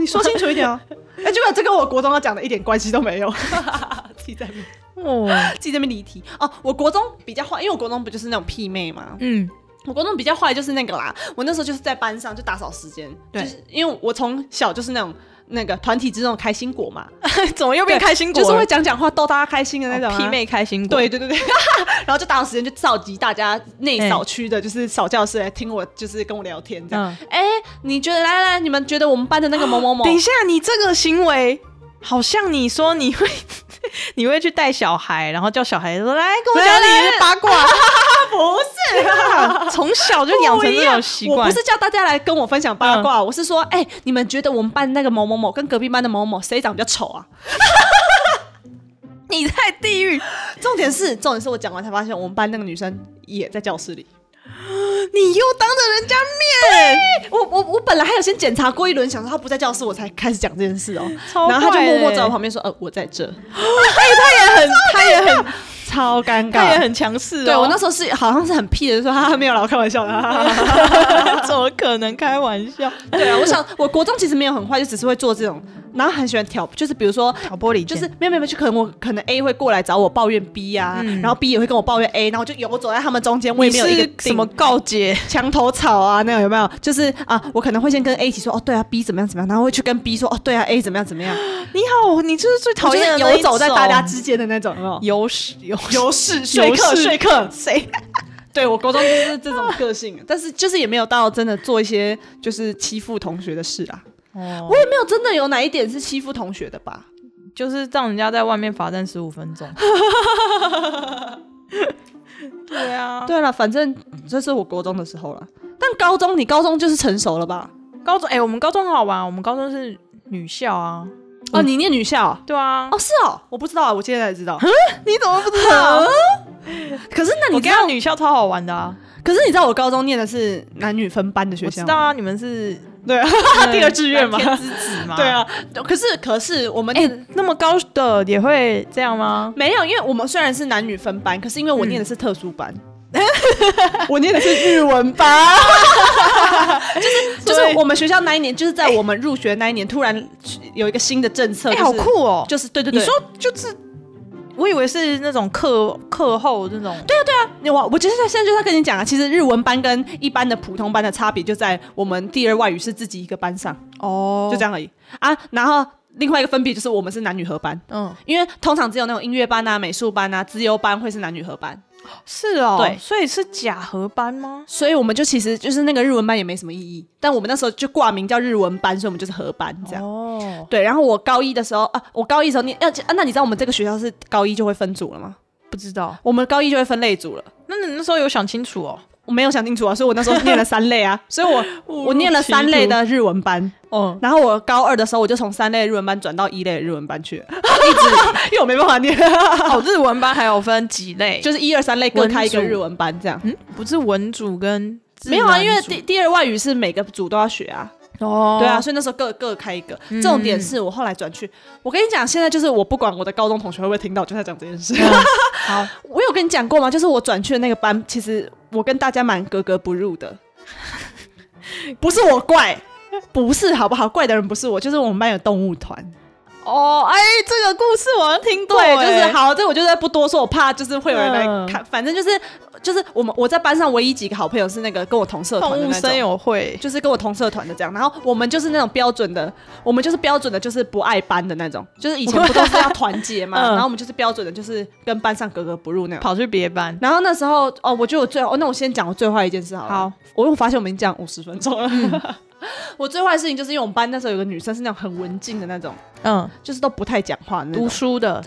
[SPEAKER 2] 你说清楚一点哦。哎、结果这跟我国中要讲的一点关系都没有，自己在那边
[SPEAKER 1] 哦，
[SPEAKER 2] 自己在那边离题哦。我国中比较坏，因为我国中不就是那种屁妹嘛，
[SPEAKER 1] 嗯，
[SPEAKER 2] 我国中比较坏就是那个啦，我那时候就是在班上就打扫时间，就
[SPEAKER 1] 对
[SPEAKER 2] 是因为我从小就是那种那个团体之中的开心果嘛，
[SPEAKER 1] 怎么又变
[SPEAKER 2] 啊对
[SPEAKER 1] 开心果
[SPEAKER 2] 就
[SPEAKER 1] 了？
[SPEAKER 2] 是会讲讲话逗大家开心的那种、
[SPEAKER 1] 哦
[SPEAKER 2] 啊
[SPEAKER 1] 媲美开心果，
[SPEAKER 2] 对对对对， [laughs] 然后就打扫时间就召集大家内扫区的，就是扫教室来听我，就是跟我聊天这样。
[SPEAKER 1] 嗯
[SPEAKER 2] 哎、你觉得来来，你们觉得我们班的那个某某某，
[SPEAKER 1] 等一下，你这个行为好像你说你会你会去带小孩，然后叫小孩说来跟我讲你的八卦，
[SPEAKER 2] 不是 [laughs]
[SPEAKER 1] 卦，从小就养成这种习
[SPEAKER 2] 我
[SPEAKER 1] 惯。
[SPEAKER 2] 不是叫大家来跟我分享八卦，我是说，哎、你们觉得我们班那个某某某跟隔壁班的某某某谁长比较丑啊？
[SPEAKER 1] 你在地狱，
[SPEAKER 2] [laughs] 重点是，重点是我讲完才发现，我们班那个女生也在教 [laughs] 室里。
[SPEAKER 1] 你又当着人家面，
[SPEAKER 2] 哎我我我本来还有先检查过一轮，想说她不在教室，我才开始讲这件事哦、
[SPEAKER 1] 超
[SPEAKER 2] 然后她就
[SPEAKER 1] 怪
[SPEAKER 2] 默默
[SPEAKER 1] 的
[SPEAKER 2] 在我旁边说：“呃，我在这。
[SPEAKER 1] 他也很他也很”
[SPEAKER 2] [laughs] 超尴
[SPEAKER 1] 他也。很强势哦。
[SPEAKER 2] 对我那时候是好像是很屁的说，哈哈，没有啦，我开玩笑的。哈哈哈
[SPEAKER 1] [laughs]
[SPEAKER 2] 哈
[SPEAKER 1] 怎么可能开玩笑？
[SPEAKER 2] 对啊，我想我国中其实没有很坏，就只是会做这种，然后很喜欢挑，就是比如说
[SPEAKER 1] 挑拨离
[SPEAKER 2] 就
[SPEAKER 1] 间
[SPEAKER 2] 是没有没有，没有就可能我可能 A 会过来找我抱怨 B 啊，然后 B 也会跟我抱怨 A，然后我就游走在他们中间，我也
[SPEAKER 1] 嗯你
[SPEAKER 2] 没有一个
[SPEAKER 1] 是什么
[SPEAKER 2] 顶
[SPEAKER 1] 告解？
[SPEAKER 2] 墙头草啊，那种有没有？就是啊，我可能会先跟 A 一起说，哦，对啊，B 怎么样怎么样，然后会去跟 B 说，哦，对啊，A 怎么样怎么样，
[SPEAKER 1] 你好，你就是最讨厌的
[SPEAKER 2] 就是
[SPEAKER 1] 那
[SPEAKER 2] 游
[SPEAKER 1] 一
[SPEAKER 2] 走在
[SPEAKER 1] 种
[SPEAKER 2] 大家之间的那种，有没有？
[SPEAKER 1] 有史有
[SPEAKER 2] 游士说客
[SPEAKER 1] 士
[SPEAKER 2] 说客，
[SPEAKER 1] 谁？
[SPEAKER 2] 对我高中就是这种个性， [laughs] 但是就是也没有到真的做一些就是欺负同学的事啊，
[SPEAKER 1] 哦
[SPEAKER 2] 我也没有真的有哪一点是欺负同学的吧？
[SPEAKER 1] 就是让人家在外面罚站十五分钟。对啊，
[SPEAKER 2] 对了，反正这是我国中的时候了，但高中你高中就是成熟了吧？
[SPEAKER 1] 高中哎、我们高中很好玩，我们高中是女校啊。
[SPEAKER 2] 哦，你念女校啊、
[SPEAKER 1] 对啊，
[SPEAKER 2] 哦，是哦，我不知道啊，我现在才知道。
[SPEAKER 1] 你怎么不知道？
[SPEAKER 2] 可是那
[SPEAKER 1] 我
[SPEAKER 2] 你知
[SPEAKER 1] 跟
[SPEAKER 2] 道
[SPEAKER 1] 你，女校超好玩的啊！
[SPEAKER 2] 可是你知道我高中念的是男女分班的学
[SPEAKER 1] 我知
[SPEAKER 2] 校
[SPEAKER 1] 道
[SPEAKER 2] 吗？
[SPEAKER 1] 啊，你们是
[SPEAKER 2] 对啊， [laughs] 第二志愿嘛
[SPEAKER 1] 嘛，蓝天之子嘛。
[SPEAKER 2] 对，啊。可是可是我们
[SPEAKER 1] 哎、
[SPEAKER 2] 念、
[SPEAKER 1] 那么高的也会这样吗？
[SPEAKER 2] 没有，因为我们虽然是男女分班，可是因为我念的是特殊班。
[SPEAKER 1] 嗯
[SPEAKER 2] [laughs] 我念的是日文班， [laughs] 就是就是
[SPEAKER 1] 对
[SPEAKER 2] 我们学校那一年，就是在我们入学那一年，突然有一个新的政策，
[SPEAKER 1] 哎、
[SPEAKER 2] 就是
[SPEAKER 1] 好酷哦！
[SPEAKER 2] 就是对对
[SPEAKER 1] 你
[SPEAKER 2] 对，
[SPEAKER 1] 说就是，我以为是那种课课后那种。
[SPEAKER 2] 你我我就是现在就在跟你讲啊，其实日文班跟一般的普通班的差别就在我们第二外语是自己一个班上，
[SPEAKER 1] 哦，
[SPEAKER 2] 就这
[SPEAKER 1] 样，
[SPEAKER 2] 样而已啊。然后另外一个分别就是我们是男女合班，
[SPEAKER 1] 嗯，
[SPEAKER 2] 因为通常只有那种音乐班啊、美术班啊、资优班会是男女合班，
[SPEAKER 1] 是哦，
[SPEAKER 2] 对
[SPEAKER 1] 所以是假合班吗？
[SPEAKER 2] 所以我们就其实就是那个日文班也没什么意义，但我们那时候就挂名叫日文班，所以我们就是合班这样。
[SPEAKER 1] 哦，
[SPEAKER 2] 对，然后我高一的时候啊，我高一的时候你要、啊，那你知道我们这个学校是高一就会分组了吗？
[SPEAKER 1] 不知道。
[SPEAKER 2] 我们高一就会分类组了。
[SPEAKER 1] 那你那时候有想清楚哦？
[SPEAKER 2] 我没有想清楚啊，所以我那时候念了三类 [laughs] 啊，所以我我念了三类的日文班，
[SPEAKER 1] [laughs] 哦，
[SPEAKER 2] 然后我高二的时候我就从三类日文班转到一类日文班去了，一直 [laughs] 因为我没办法念，
[SPEAKER 1] 哦，日文班还有分几类？
[SPEAKER 2] 就是一二三类各开一个
[SPEAKER 1] 文组
[SPEAKER 2] 日文班这样。
[SPEAKER 1] 嗯，不是文组跟自
[SPEAKER 2] 没有啊，
[SPEAKER 1] 然
[SPEAKER 2] 因为
[SPEAKER 1] 组
[SPEAKER 2] 第第二外语是每个组都要学啊，
[SPEAKER 1] 哦，
[SPEAKER 2] 对啊，，所以那时候各各开一个。重点是我后来转去，我跟你讲，现在就是我不管我的高中同学会不会听到，我就在讲这件事。
[SPEAKER 1] 啊好，
[SPEAKER 2] [laughs] 我有跟你讲过吗？就是我转去的那个班，其实我跟大家蛮格格不入
[SPEAKER 1] [laughs]
[SPEAKER 2] 的，不是我怪，不是好不好？怪的人不是我，就是我们班有动物团。
[SPEAKER 1] 哦，哎，这个故事我好像听过
[SPEAKER 2] 对，
[SPEAKER 1] 哎，
[SPEAKER 2] 就是好，这我就在不多说，我怕就是会有人来
[SPEAKER 1] 嗯
[SPEAKER 2] 看。反正就是就是我们我在班上唯一几个好朋友是那个跟我同社团的
[SPEAKER 1] 动
[SPEAKER 2] 那
[SPEAKER 1] 物
[SPEAKER 2] 种
[SPEAKER 1] 森友会，
[SPEAKER 2] 就是跟我同社团的这样，然后我们就是那种标准的，我们就是标准的，就是不爱班的那种，就是以前不都是要团结 [laughs] 嘛，
[SPEAKER 1] 嗯
[SPEAKER 2] 然后我们就是标准的，就是跟班上格格不入那种。
[SPEAKER 1] 跑去别班，
[SPEAKER 2] 然后那时候哦，我觉得我最哦，那我先讲我最坏一件事好了。嗯
[SPEAKER 1] 好，
[SPEAKER 2] 我又发现我们已经讲五十分钟了。 [laughs] 我最坏的事情就是因为我们班那时候有个女生是那种很文静的那种，
[SPEAKER 1] 嗯，
[SPEAKER 2] 就是都不太讲话的那
[SPEAKER 1] 读
[SPEAKER 2] 种，
[SPEAKER 1] 书的，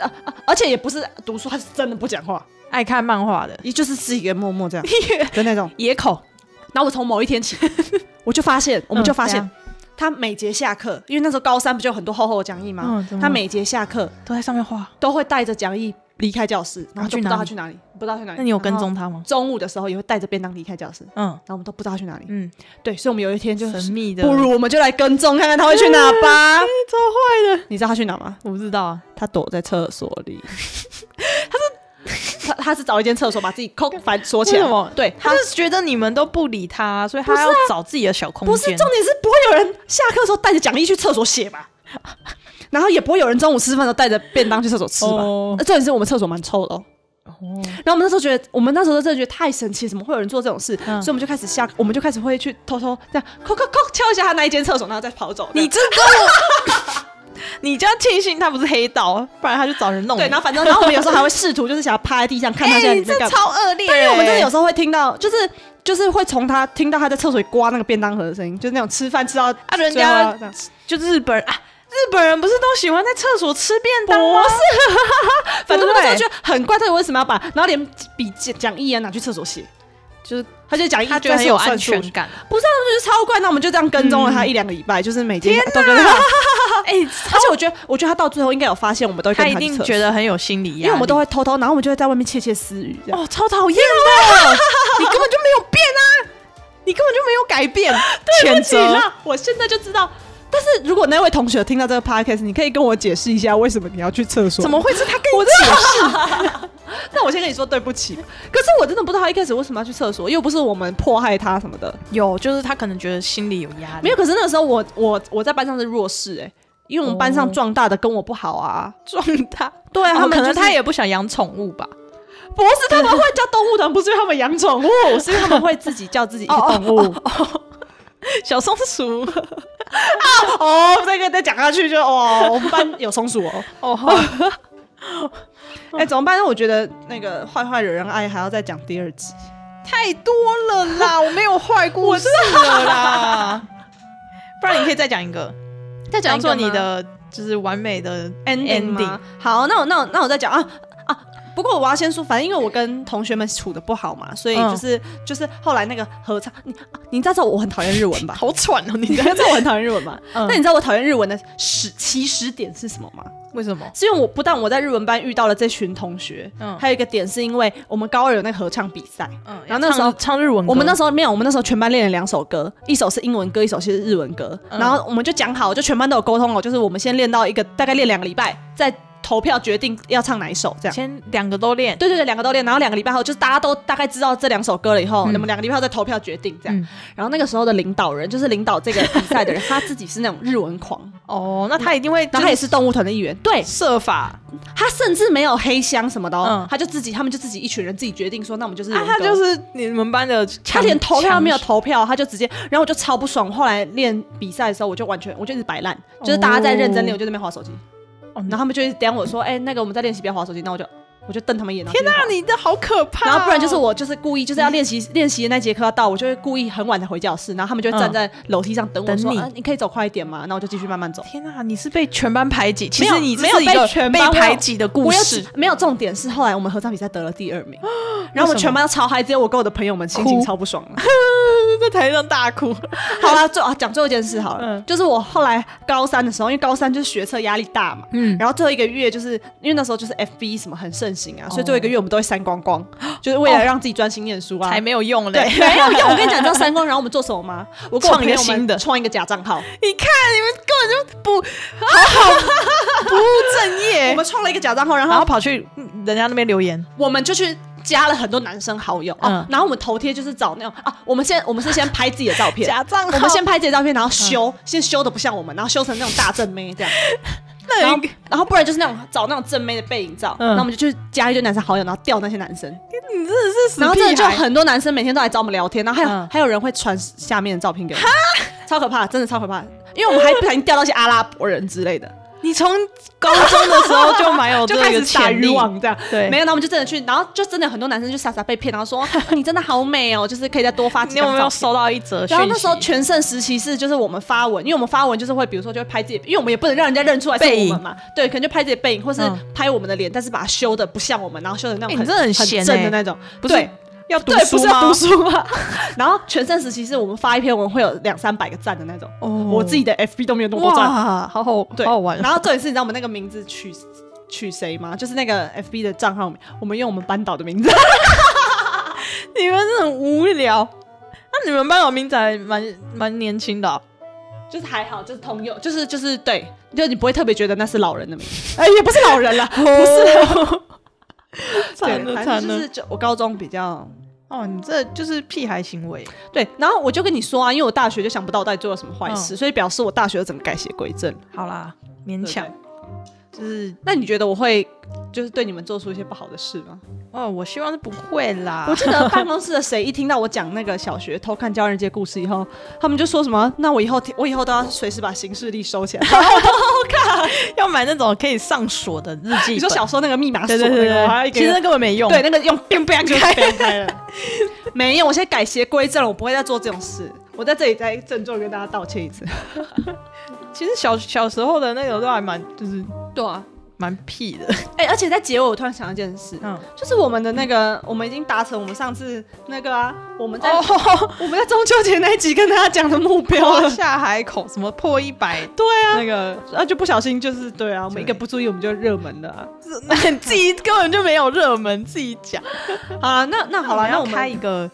[SPEAKER 2] 而且也不是读书，她是真的不讲话，
[SPEAKER 1] 爱看漫画的，
[SPEAKER 2] 也就是自己一个人默 [laughs] 默这样的那种野口。然后我从某一天 [laughs] 起，我就发现，我们就发现
[SPEAKER 1] 嗯，
[SPEAKER 2] 他每节下课，因为那时候高三不就有很多厚厚的讲义吗？
[SPEAKER 1] 嗯怎么
[SPEAKER 2] 他每节下课
[SPEAKER 1] 都在上面画。
[SPEAKER 2] 都会带着讲义离开教室，然后就不知道他去哪里，不知道去哪里。
[SPEAKER 1] 那你有跟
[SPEAKER 2] 然后
[SPEAKER 1] 踪他吗？
[SPEAKER 2] 中午的时候也会带着便当离开教室，然
[SPEAKER 1] 嗯
[SPEAKER 2] 后我们都不知道他去哪里。
[SPEAKER 1] 嗯，
[SPEAKER 2] 对，所以我们有一天就
[SPEAKER 1] 神秘的，啊
[SPEAKER 2] 不如我们就来跟踪看看他会去哪吧。超坏的， [laughs] 你知道他去哪吗？
[SPEAKER 1] 我不知道啊。
[SPEAKER 2] 他躲在厕所里。 [laughs] 他是他他是找一间厕所把自己扣反锁起来。
[SPEAKER 1] 为什么
[SPEAKER 2] 对，他
[SPEAKER 1] 他是觉得你们都不理他，所以
[SPEAKER 2] 不是
[SPEAKER 1] 他
[SPEAKER 2] 啊
[SPEAKER 1] 要找自己的小空
[SPEAKER 2] 不是
[SPEAKER 1] 间。
[SPEAKER 2] 重点是不会有人下课的时候带着讲义去厕所写吧，然后也不会有人中午吃饭的时候带着便当去厕所吃吧。
[SPEAKER 1] 哦
[SPEAKER 2] 呃重点是我们厕所蛮臭的、哦。
[SPEAKER 1] 哦
[SPEAKER 2] 然后我们那时候觉得，我们那时候真的觉得太神奇，怎么会有人做这种事？
[SPEAKER 1] 嗯
[SPEAKER 2] 所以我们就开始下，我们就开始会去偷偷这样，扣扣扣敲一下他那一间厕所，然后再跑走。
[SPEAKER 1] 你这跟我， [laughs] 你这样庆幸他不是黑道，不然他就找人弄你。
[SPEAKER 2] 对，然后反正，然后我们有时候还会试图就是想要趴在地上看 [laughs] 他
[SPEAKER 1] 哎
[SPEAKER 2] 现在
[SPEAKER 1] 你
[SPEAKER 2] 在
[SPEAKER 1] 这
[SPEAKER 2] 干嘛。
[SPEAKER 1] 超恶劣。
[SPEAKER 2] 但因为我们真的有时候会听到，就是就是会从他听到他在厕所里刮那个便当盒的声音，就是那种吃饭吃到啊
[SPEAKER 1] 啊，人家就日本人啊，日本人不是都喜欢在厕所吃便当吗？
[SPEAKER 2] 不是，
[SPEAKER 1] [laughs]
[SPEAKER 2] 反正我那时候
[SPEAKER 1] 对
[SPEAKER 2] 觉得很怪，到底为什么要把，然后连笔记讲义啊拿去厕所写，
[SPEAKER 1] 就是
[SPEAKER 2] 他就讲义
[SPEAKER 1] 他觉得很有安全
[SPEAKER 2] 感，
[SPEAKER 1] 感。
[SPEAKER 2] 不是啊，我就觉得超怪。那我们就这样跟踪了他一两个礼拜，就是每天都跟他，
[SPEAKER 1] 哎，
[SPEAKER 2] 而且我觉得，我觉得他到最后应该有发现我们都会
[SPEAKER 1] 他
[SPEAKER 2] 跟
[SPEAKER 1] 一
[SPEAKER 2] 他去
[SPEAKER 1] 定
[SPEAKER 2] 厕所
[SPEAKER 1] 觉，得很有心理压力，
[SPEAKER 2] 因为我们都会偷偷，然后我们就会在外面窃窃私语这样。
[SPEAKER 1] 哦，超讨厌的，啊你根本就没有变啊，你根本就没有改变，谴责。
[SPEAKER 2] 那我现在就知道。但是如果那位同学听到这个 podcast，你可以跟我解释一下为什么你要去厕所？
[SPEAKER 1] 怎么？会是他跟
[SPEAKER 2] 我
[SPEAKER 1] 你
[SPEAKER 2] 真
[SPEAKER 1] 解
[SPEAKER 2] 的
[SPEAKER 1] 释？
[SPEAKER 2] 那我先跟你说对不起。可是我真的不知道他一开始为什么要去厕所，又不是我们迫害他什么的。
[SPEAKER 1] 有，就是他可能觉得心里有压力，
[SPEAKER 2] 没有，可是那个时候我我我在班上是弱势哎、因为我们班上
[SPEAKER 1] 哦
[SPEAKER 2] 壮大的跟我不好啊。
[SPEAKER 1] 壮 [laughs] 大。
[SPEAKER 2] 对啊，
[SPEAKER 1] 他哦
[SPEAKER 2] 他们
[SPEAKER 1] 可能
[SPEAKER 2] 就是
[SPEAKER 1] 他也不想养宠物吧？
[SPEAKER 2] 不是他们会叫动物团，不是因为他们养宠物， [laughs] 哦是因为他们会自己叫自己一个动物。
[SPEAKER 1] [laughs] 小松鼠
[SPEAKER 2] 哦，这个再讲下去就哦， [laughs] 我们班有松鼠哦。
[SPEAKER 1] [laughs] 哦，好
[SPEAKER 2] 哎、怎么办？那我觉得那个坏坏惹人爱还要再讲第二集。
[SPEAKER 1] 太多了啦，我没有坏故事了啦。 [laughs] 不然你可以再讲一个， [laughs] 再
[SPEAKER 2] 讲一
[SPEAKER 1] 讲做
[SPEAKER 2] 个
[SPEAKER 1] 你
[SPEAKER 2] 吗
[SPEAKER 1] 的就是完美的
[SPEAKER 2] ending 吗好，那我那我那我再讲啊啊！不过我要先说，反正因为我跟同学们处的不好嘛，所以
[SPEAKER 1] 嗯
[SPEAKER 2] 就是、就是后来那个合唱，你啊你知道我很讨厌日文吧？
[SPEAKER 1] [laughs] 好喘哦，你
[SPEAKER 2] [laughs] 你知
[SPEAKER 1] 的
[SPEAKER 2] 道我很讨厌日文 [laughs] 吧？
[SPEAKER 1] 嗯
[SPEAKER 2] 那你知道我讨厌日文的始起始点是什么吗？
[SPEAKER 1] 为什么？
[SPEAKER 2] 是因为我不但我在日文班遇到了这群同学，
[SPEAKER 1] 嗯
[SPEAKER 2] 还有一个点是因为我们高二有那个合唱比赛，
[SPEAKER 1] 嗯，
[SPEAKER 2] 然后那时候
[SPEAKER 1] 唱唱日文歌，
[SPEAKER 2] 我们那
[SPEAKER 1] 时
[SPEAKER 2] 时候没有，我们那时候全班练了两首歌，一首是英文歌，一首是日文歌。
[SPEAKER 1] 嗯
[SPEAKER 2] 然后我们就讲好，就全班都有沟通哦，就是我们先练到一个大概练两个礼拜，再投票决定要唱哪一首这样。
[SPEAKER 1] 先两个都练，
[SPEAKER 2] 对对对，两个都练，然后两个礼拜后，就是大家都大概知道这两首歌了以后，
[SPEAKER 1] 嗯
[SPEAKER 2] 那么两个礼拜后再投票决定这样。
[SPEAKER 1] 嗯
[SPEAKER 2] 然后那个时候的领导人，就是领导这个比赛的人， [laughs] 他自己是那种日文狂，
[SPEAKER 1] 哦，那他一定会，
[SPEAKER 2] 然后他也是动物团的一员。对
[SPEAKER 1] 设法
[SPEAKER 2] 他甚至没有黑箱什么的哦，
[SPEAKER 1] 嗯
[SPEAKER 2] 他就自己，他们就自己一群人自己决定说，那我们就是日
[SPEAKER 1] 啊，
[SPEAKER 2] 文
[SPEAKER 1] 他
[SPEAKER 2] 歌
[SPEAKER 1] 就是你们班的强，
[SPEAKER 2] 他连投票都没有
[SPEAKER 1] 强
[SPEAKER 2] 投票，他就直接，然后我就超不爽。后来练比赛的时候，我就完全我就是摆烂，就是大家在认真练，我就在那边划手机。
[SPEAKER 1] 哦
[SPEAKER 2] 然后他们就一直点我说：“哎、那个我们在练习，不要划手机。”那我就我就瞪他们一眼。
[SPEAKER 1] 天
[SPEAKER 2] 哪
[SPEAKER 1] 哪，你这好可怕哦！
[SPEAKER 2] 然后不然就是我就是故意就是要练习练习的那节课要到，我就会故意很晚才回教室，然后他们就会站在楼梯上等我
[SPEAKER 1] 嗯等
[SPEAKER 2] 说：“
[SPEAKER 1] 你
[SPEAKER 2] 啊，你可以走快一点嘛。”那我就继续慢慢走。
[SPEAKER 1] 天哪，你是被全班排挤，其
[SPEAKER 2] 没
[SPEAKER 1] 实
[SPEAKER 2] 有
[SPEAKER 1] 你这
[SPEAKER 2] 没有
[SPEAKER 1] 是一个
[SPEAKER 2] 被全
[SPEAKER 1] 被
[SPEAKER 2] 班
[SPEAKER 1] 排挤的故
[SPEAKER 2] 我有
[SPEAKER 1] 事，
[SPEAKER 2] 没有重点是后来我们合唱比赛得了第二 [gasps] 名，然后我们全班都超嗨，只有我跟我的朋友们心情
[SPEAKER 1] 哭
[SPEAKER 2] 超不爽了。 [laughs]
[SPEAKER 1] 在台上大哭。
[SPEAKER 2] 好啦，最啊讲最后一件事好了，
[SPEAKER 1] 嗯
[SPEAKER 2] 就是我后来高三的时候，因为高三就是学测压力大嘛，
[SPEAKER 1] 嗯，
[SPEAKER 2] 然后最后一个月就是因为那时候就是 FB 什么很盛行啊，所以
[SPEAKER 1] 哦
[SPEAKER 2] 最后一个月我们都会删光光，就是为了让自己专心念书啊。
[SPEAKER 1] [laughs] 才没有用
[SPEAKER 2] 对
[SPEAKER 1] 嘞，！
[SPEAKER 2] 哦没有用。我跟你讲，你知道删光，然后我们做什么吗？我跟我
[SPEAKER 1] 创一个
[SPEAKER 2] 朋友们
[SPEAKER 1] 新的
[SPEAKER 2] 创一个假账号。
[SPEAKER 1] [laughs] 你看你们根本就
[SPEAKER 2] [laughs]
[SPEAKER 1] 不好好不务正 [laughs]
[SPEAKER 2] 我
[SPEAKER 1] 业，
[SPEAKER 2] 们创了一个假账号，然
[SPEAKER 1] 然后
[SPEAKER 2] 后
[SPEAKER 1] 跑去嗯人家那边留言，
[SPEAKER 2] 我们就去加了很多男生好友啊
[SPEAKER 1] 嗯。
[SPEAKER 2] 然后我们头贴就是找那种啊，我们先我们是先拍自己的照片，
[SPEAKER 1] 账
[SPEAKER 2] 我们先拍自己的照片，然后
[SPEAKER 1] 嗯
[SPEAKER 2] 修，先修的不像我们，然后修成那种大正妹
[SPEAKER 1] [laughs]
[SPEAKER 2] 这样。然后，然后不然就是那种找那种正妹的背影照，
[SPEAKER 1] 嗯
[SPEAKER 2] 然后我们就去加一堆男生好友，然后钓那些男生，
[SPEAKER 1] 你真的是死
[SPEAKER 2] 然后真的
[SPEAKER 1] 屁
[SPEAKER 2] 就
[SPEAKER 1] 孩
[SPEAKER 2] 很多男生每天都来找我们聊天，然后还有、
[SPEAKER 1] 嗯
[SPEAKER 2] 还有人会传下面的照片给我们，超可怕，真的超可怕，因为我们还不小心钓到一些阿拉伯人之类的，
[SPEAKER 1] 你从高中的时候就蛮哦有
[SPEAKER 2] 就
[SPEAKER 1] 这
[SPEAKER 2] 开 [laughs]
[SPEAKER 1] 个
[SPEAKER 2] 始撒
[SPEAKER 1] 潜
[SPEAKER 2] 渔
[SPEAKER 1] 力，
[SPEAKER 2] 网这样。
[SPEAKER 1] 对，
[SPEAKER 2] 没有，那我们就真的去，然后就真的很多男生就傻傻被骗，然
[SPEAKER 1] [laughs]
[SPEAKER 2] 后说你真的好美哦，就是可以再多发几
[SPEAKER 1] 你有
[SPEAKER 2] 张
[SPEAKER 1] 没
[SPEAKER 2] 照
[SPEAKER 1] 有
[SPEAKER 2] 片。
[SPEAKER 1] 收到一则讯息？
[SPEAKER 2] 然后那时候全盛时期是就是我们发文，因为我们发文就是会比如说就会拍自己，因为我们也不能让人家认出来是
[SPEAKER 1] 背
[SPEAKER 2] 我
[SPEAKER 1] 影
[SPEAKER 2] 们嘛，对，可能就拍自己的背影，或是
[SPEAKER 1] 嗯
[SPEAKER 2] 拍我们的脸，但是把它修的不像我们，然后修的那
[SPEAKER 1] 哎
[SPEAKER 2] 种
[SPEAKER 1] 你
[SPEAKER 2] 很、
[SPEAKER 1] 真的很
[SPEAKER 2] 很
[SPEAKER 1] 闲
[SPEAKER 2] 正
[SPEAKER 1] 欸
[SPEAKER 2] 的那种，
[SPEAKER 1] 不是
[SPEAKER 2] 对
[SPEAKER 1] 要
[SPEAKER 2] 对，不是要读书吗？ [laughs] 然后全盛时期是我们发一篇文会有两三百个赞的那种，
[SPEAKER 1] 哦
[SPEAKER 2] 我自己的 FB 都没有那么多赞。
[SPEAKER 1] 哇，好好
[SPEAKER 2] 对，
[SPEAKER 1] 好好玩。
[SPEAKER 2] 然后重点是，你知道我们那个名字取取谁吗？就是那个 FB 的账号名，我们用我们班导的名字。 [laughs]
[SPEAKER 1] 你们这很无聊。那你们班有明仔蛮蛮年轻的哦、
[SPEAKER 2] 就是还好，就是通用，就是就是对，就你不会特别觉得那是老人的名字，哎、也不是老
[SPEAKER 1] [laughs]
[SPEAKER 2] 人啦，
[SPEAKER 1] 不是，
[SPEAKER 2] 对
[SPEAKER 1] 哦 [laughs] 惨，了
[SPEAKER 2] 反
[SPEAKER 1] 惨
[SPEAKER 2] 正
[SPEAKER 1] 了、
[SPEAKER 2] 就是就我高中比较
[SPEAKER 1] 哦，你这就是屁孩行为，
[SPEAKER 2] 对，然后我就跟你说啊，因为我大学就想不到我到底做了什么坏事，所以表示我大学整个改邪归正，
[SPEAKER 1] 好啦，勉
[SPEAKER 2] 嗯对
[SPEAKER 1] 强
[SPEAKER 2] 不。对
[SPEAKER 1] 就是
[SPEAKER 2] 那你觉得我会就是对你们做出一些不好的事吗？
[SPEAKER 1] 哦，我希望是不会啦
[SPEAKER 2] [laughs] 我。记得办公室的谁一听到我讲那个小学偷看《教人街》故事以后，他们就说什么，那我以后我以后都要随时把行事历收 [laughs] 起来。
[SPEAKER 1] 要买那种可以上锁的日记本，
[SPEAKER 2] 你说小时候那个密码
[SPEAKER 1] 对
[SPEAKER 2] 锁那
[SPEAKER 1] 对
[SPEAKER 2] 个，
[SPEAKER 1] 对
[SPEAKER 2] 我还要一
[SPEAKER 1] 对，
[SPEAKER 2] 个
[SPEAKER 1] 其实那根本没用。
[SPEAKER 2] 对，那个用 biang biang
[SPEAKER 1] 就
[SPEAKER 2] 开开了。没有，我现在改邪归正了，我不会再做这种事。我在这里再郑重地跟大家道歉一次。
[SPEAKER 1] 其实小小时候的那个都还蛮就是
[SPEAKER 2] 对啊，
[SPEAKER 1] 蛮屁的。
[SPEAKER 2] 哎、而且在结尾，我突然想到一件事，
[SPEAKER 1] 嗯， [laughs]
[SPEAKER 2] 就是我们的那个，我们已经达成我们上次那个啊，我们在、
[SPEAKER 1] 哦，
[SPEAKER 2] 我们在中秋节那一集跟大家讲的目标
[SPEAKER 1] 标
[SPEAKER 2] 了。
[SPEAKER 1] 哦下海口什么破一 [laughs] 百，
[SPEAKER 2] 对啊，
[SPEAKER 1] 那个
[SPEAKER 2] 哦啊就不小心就是对啊，我们
[SPEAKER 1] 对
[SPEAKER 2] 一个不注意我们就热门了、啊。
[SPEAKER 1] 自己根本就没有热门，自己讲。
[SPEAKER 2] 好了，那那好了，那
[SPEAKER 1] 要
[SPEAKER 2] 我
[SPEAKER 1] 开一
[SPEAKER 2] 们
[SPEAKER 1] 个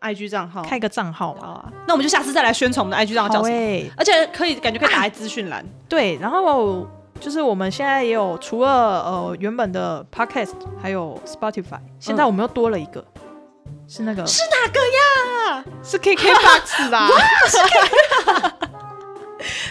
[SPEAKER 2] IG 账号
[SPEAKER 1] 开一个账号嘛
[SPEAKER 2] 好。啊，那我们就下次再来宣传我们的 IG 账号
[SPEAKER 1] 好欸
[SPEAKER 2] 叫什么，
[SPEAKER 1] 诶，
[SPEAKER 2] 而且可以感觉可以打在资讯栏。
[SPEAKER 1] 对，然后就是我们现在也有，除了呃原本的 podcast，还有 Spotify，现在我们又多了一个，是那嗯个是
[SPEAKER 2] 哪个呀？
[SPEAKER 1] 是
[SPEAKER 2] [laughs]
[SPEAKER 1] KKBox 啦，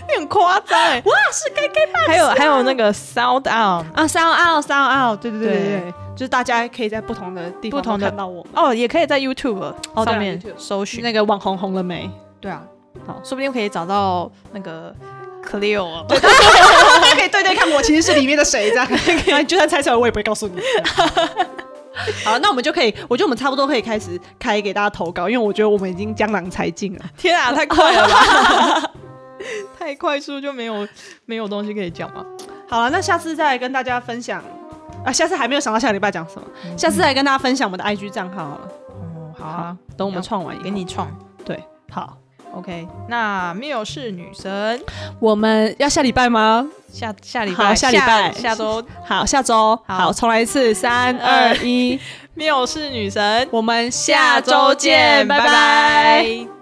[SPEAKER 1] 你很夸张 [laughs] 哎，
[SPEAKER 2] 哇，是 KK 吧？
[SPEAKER 1] 还有还有那个 Sound On，
[SPEAKER 2] 啊，Sound Out Sound Out，对对对对
[SPEAKER 1] 对
[SPEAKER 2] 对，就是大家可以在不同的地方
[SPEAKER 1] 不同的
[SPEAKER 2] 都看到我们。
[SPEAKER 1] 哦，也可以在 YouTube
[SPEAKER 2] 哦对啊
[SPEAKER 1] 上面
[SPEAKER 2] YouTube
[SPEAKER 1] 搜
[SPEAKER 2] 去
[SPEAKER 1] 寻，
[SPEAKER 2] 那个网红红了没？
[SPEAKER 1] 对啊，
[SPEAKER 2] 好
[SPEAKER 1] 说不定可以找到那个 [laughs] Cleo，啊
[SPEAKER 2] 大家可以对对看我其实是里面的谁 [laughs] 这样，然后你就算猜出来我也不会告诉你。 [laughs] 好，那我们就可以，我觉得我们差不多可以开始开给大家投稿，因为我觉得我们已经江郎才尽了。
[SPEAKER 1] 天啊，太快了吧！ [laughs] 太快速就没有没有东西可以讲吗？
[SPEAKER 2] 好了，那下次再来跟大家分享啊，下次还没有想到下礼拜讲什么，下次再来跟大家分享我们的 IG 账号好了。
[SPEAKER 1] 哦，好啊，，
[SPEAKER 2] 等我们创完以后
[SPEAKER 1] 给你创。
[SPEAKER 2] 对。好，
[SPEAKER 1] OK，那缪是女神，
[SPEAKER 2] 我们要下礼拜吗？
[SPEAKER 1] 下下礼
[SPEAKER 2] 好
[SPEAKER 1] 拜，
[SPEAKER 2] 下礼拜
[SPEAKER 1] 下周
[SPEAKER 2] 好，下周
[SPEAKER 1] 好
[SPEAKER 2] 好，重来一次，三二一，
[SPEAKER 1] 缪是女神，
[SPEAKER 2] 我们下周见，拜拜。
[SPEAKER 1] 拜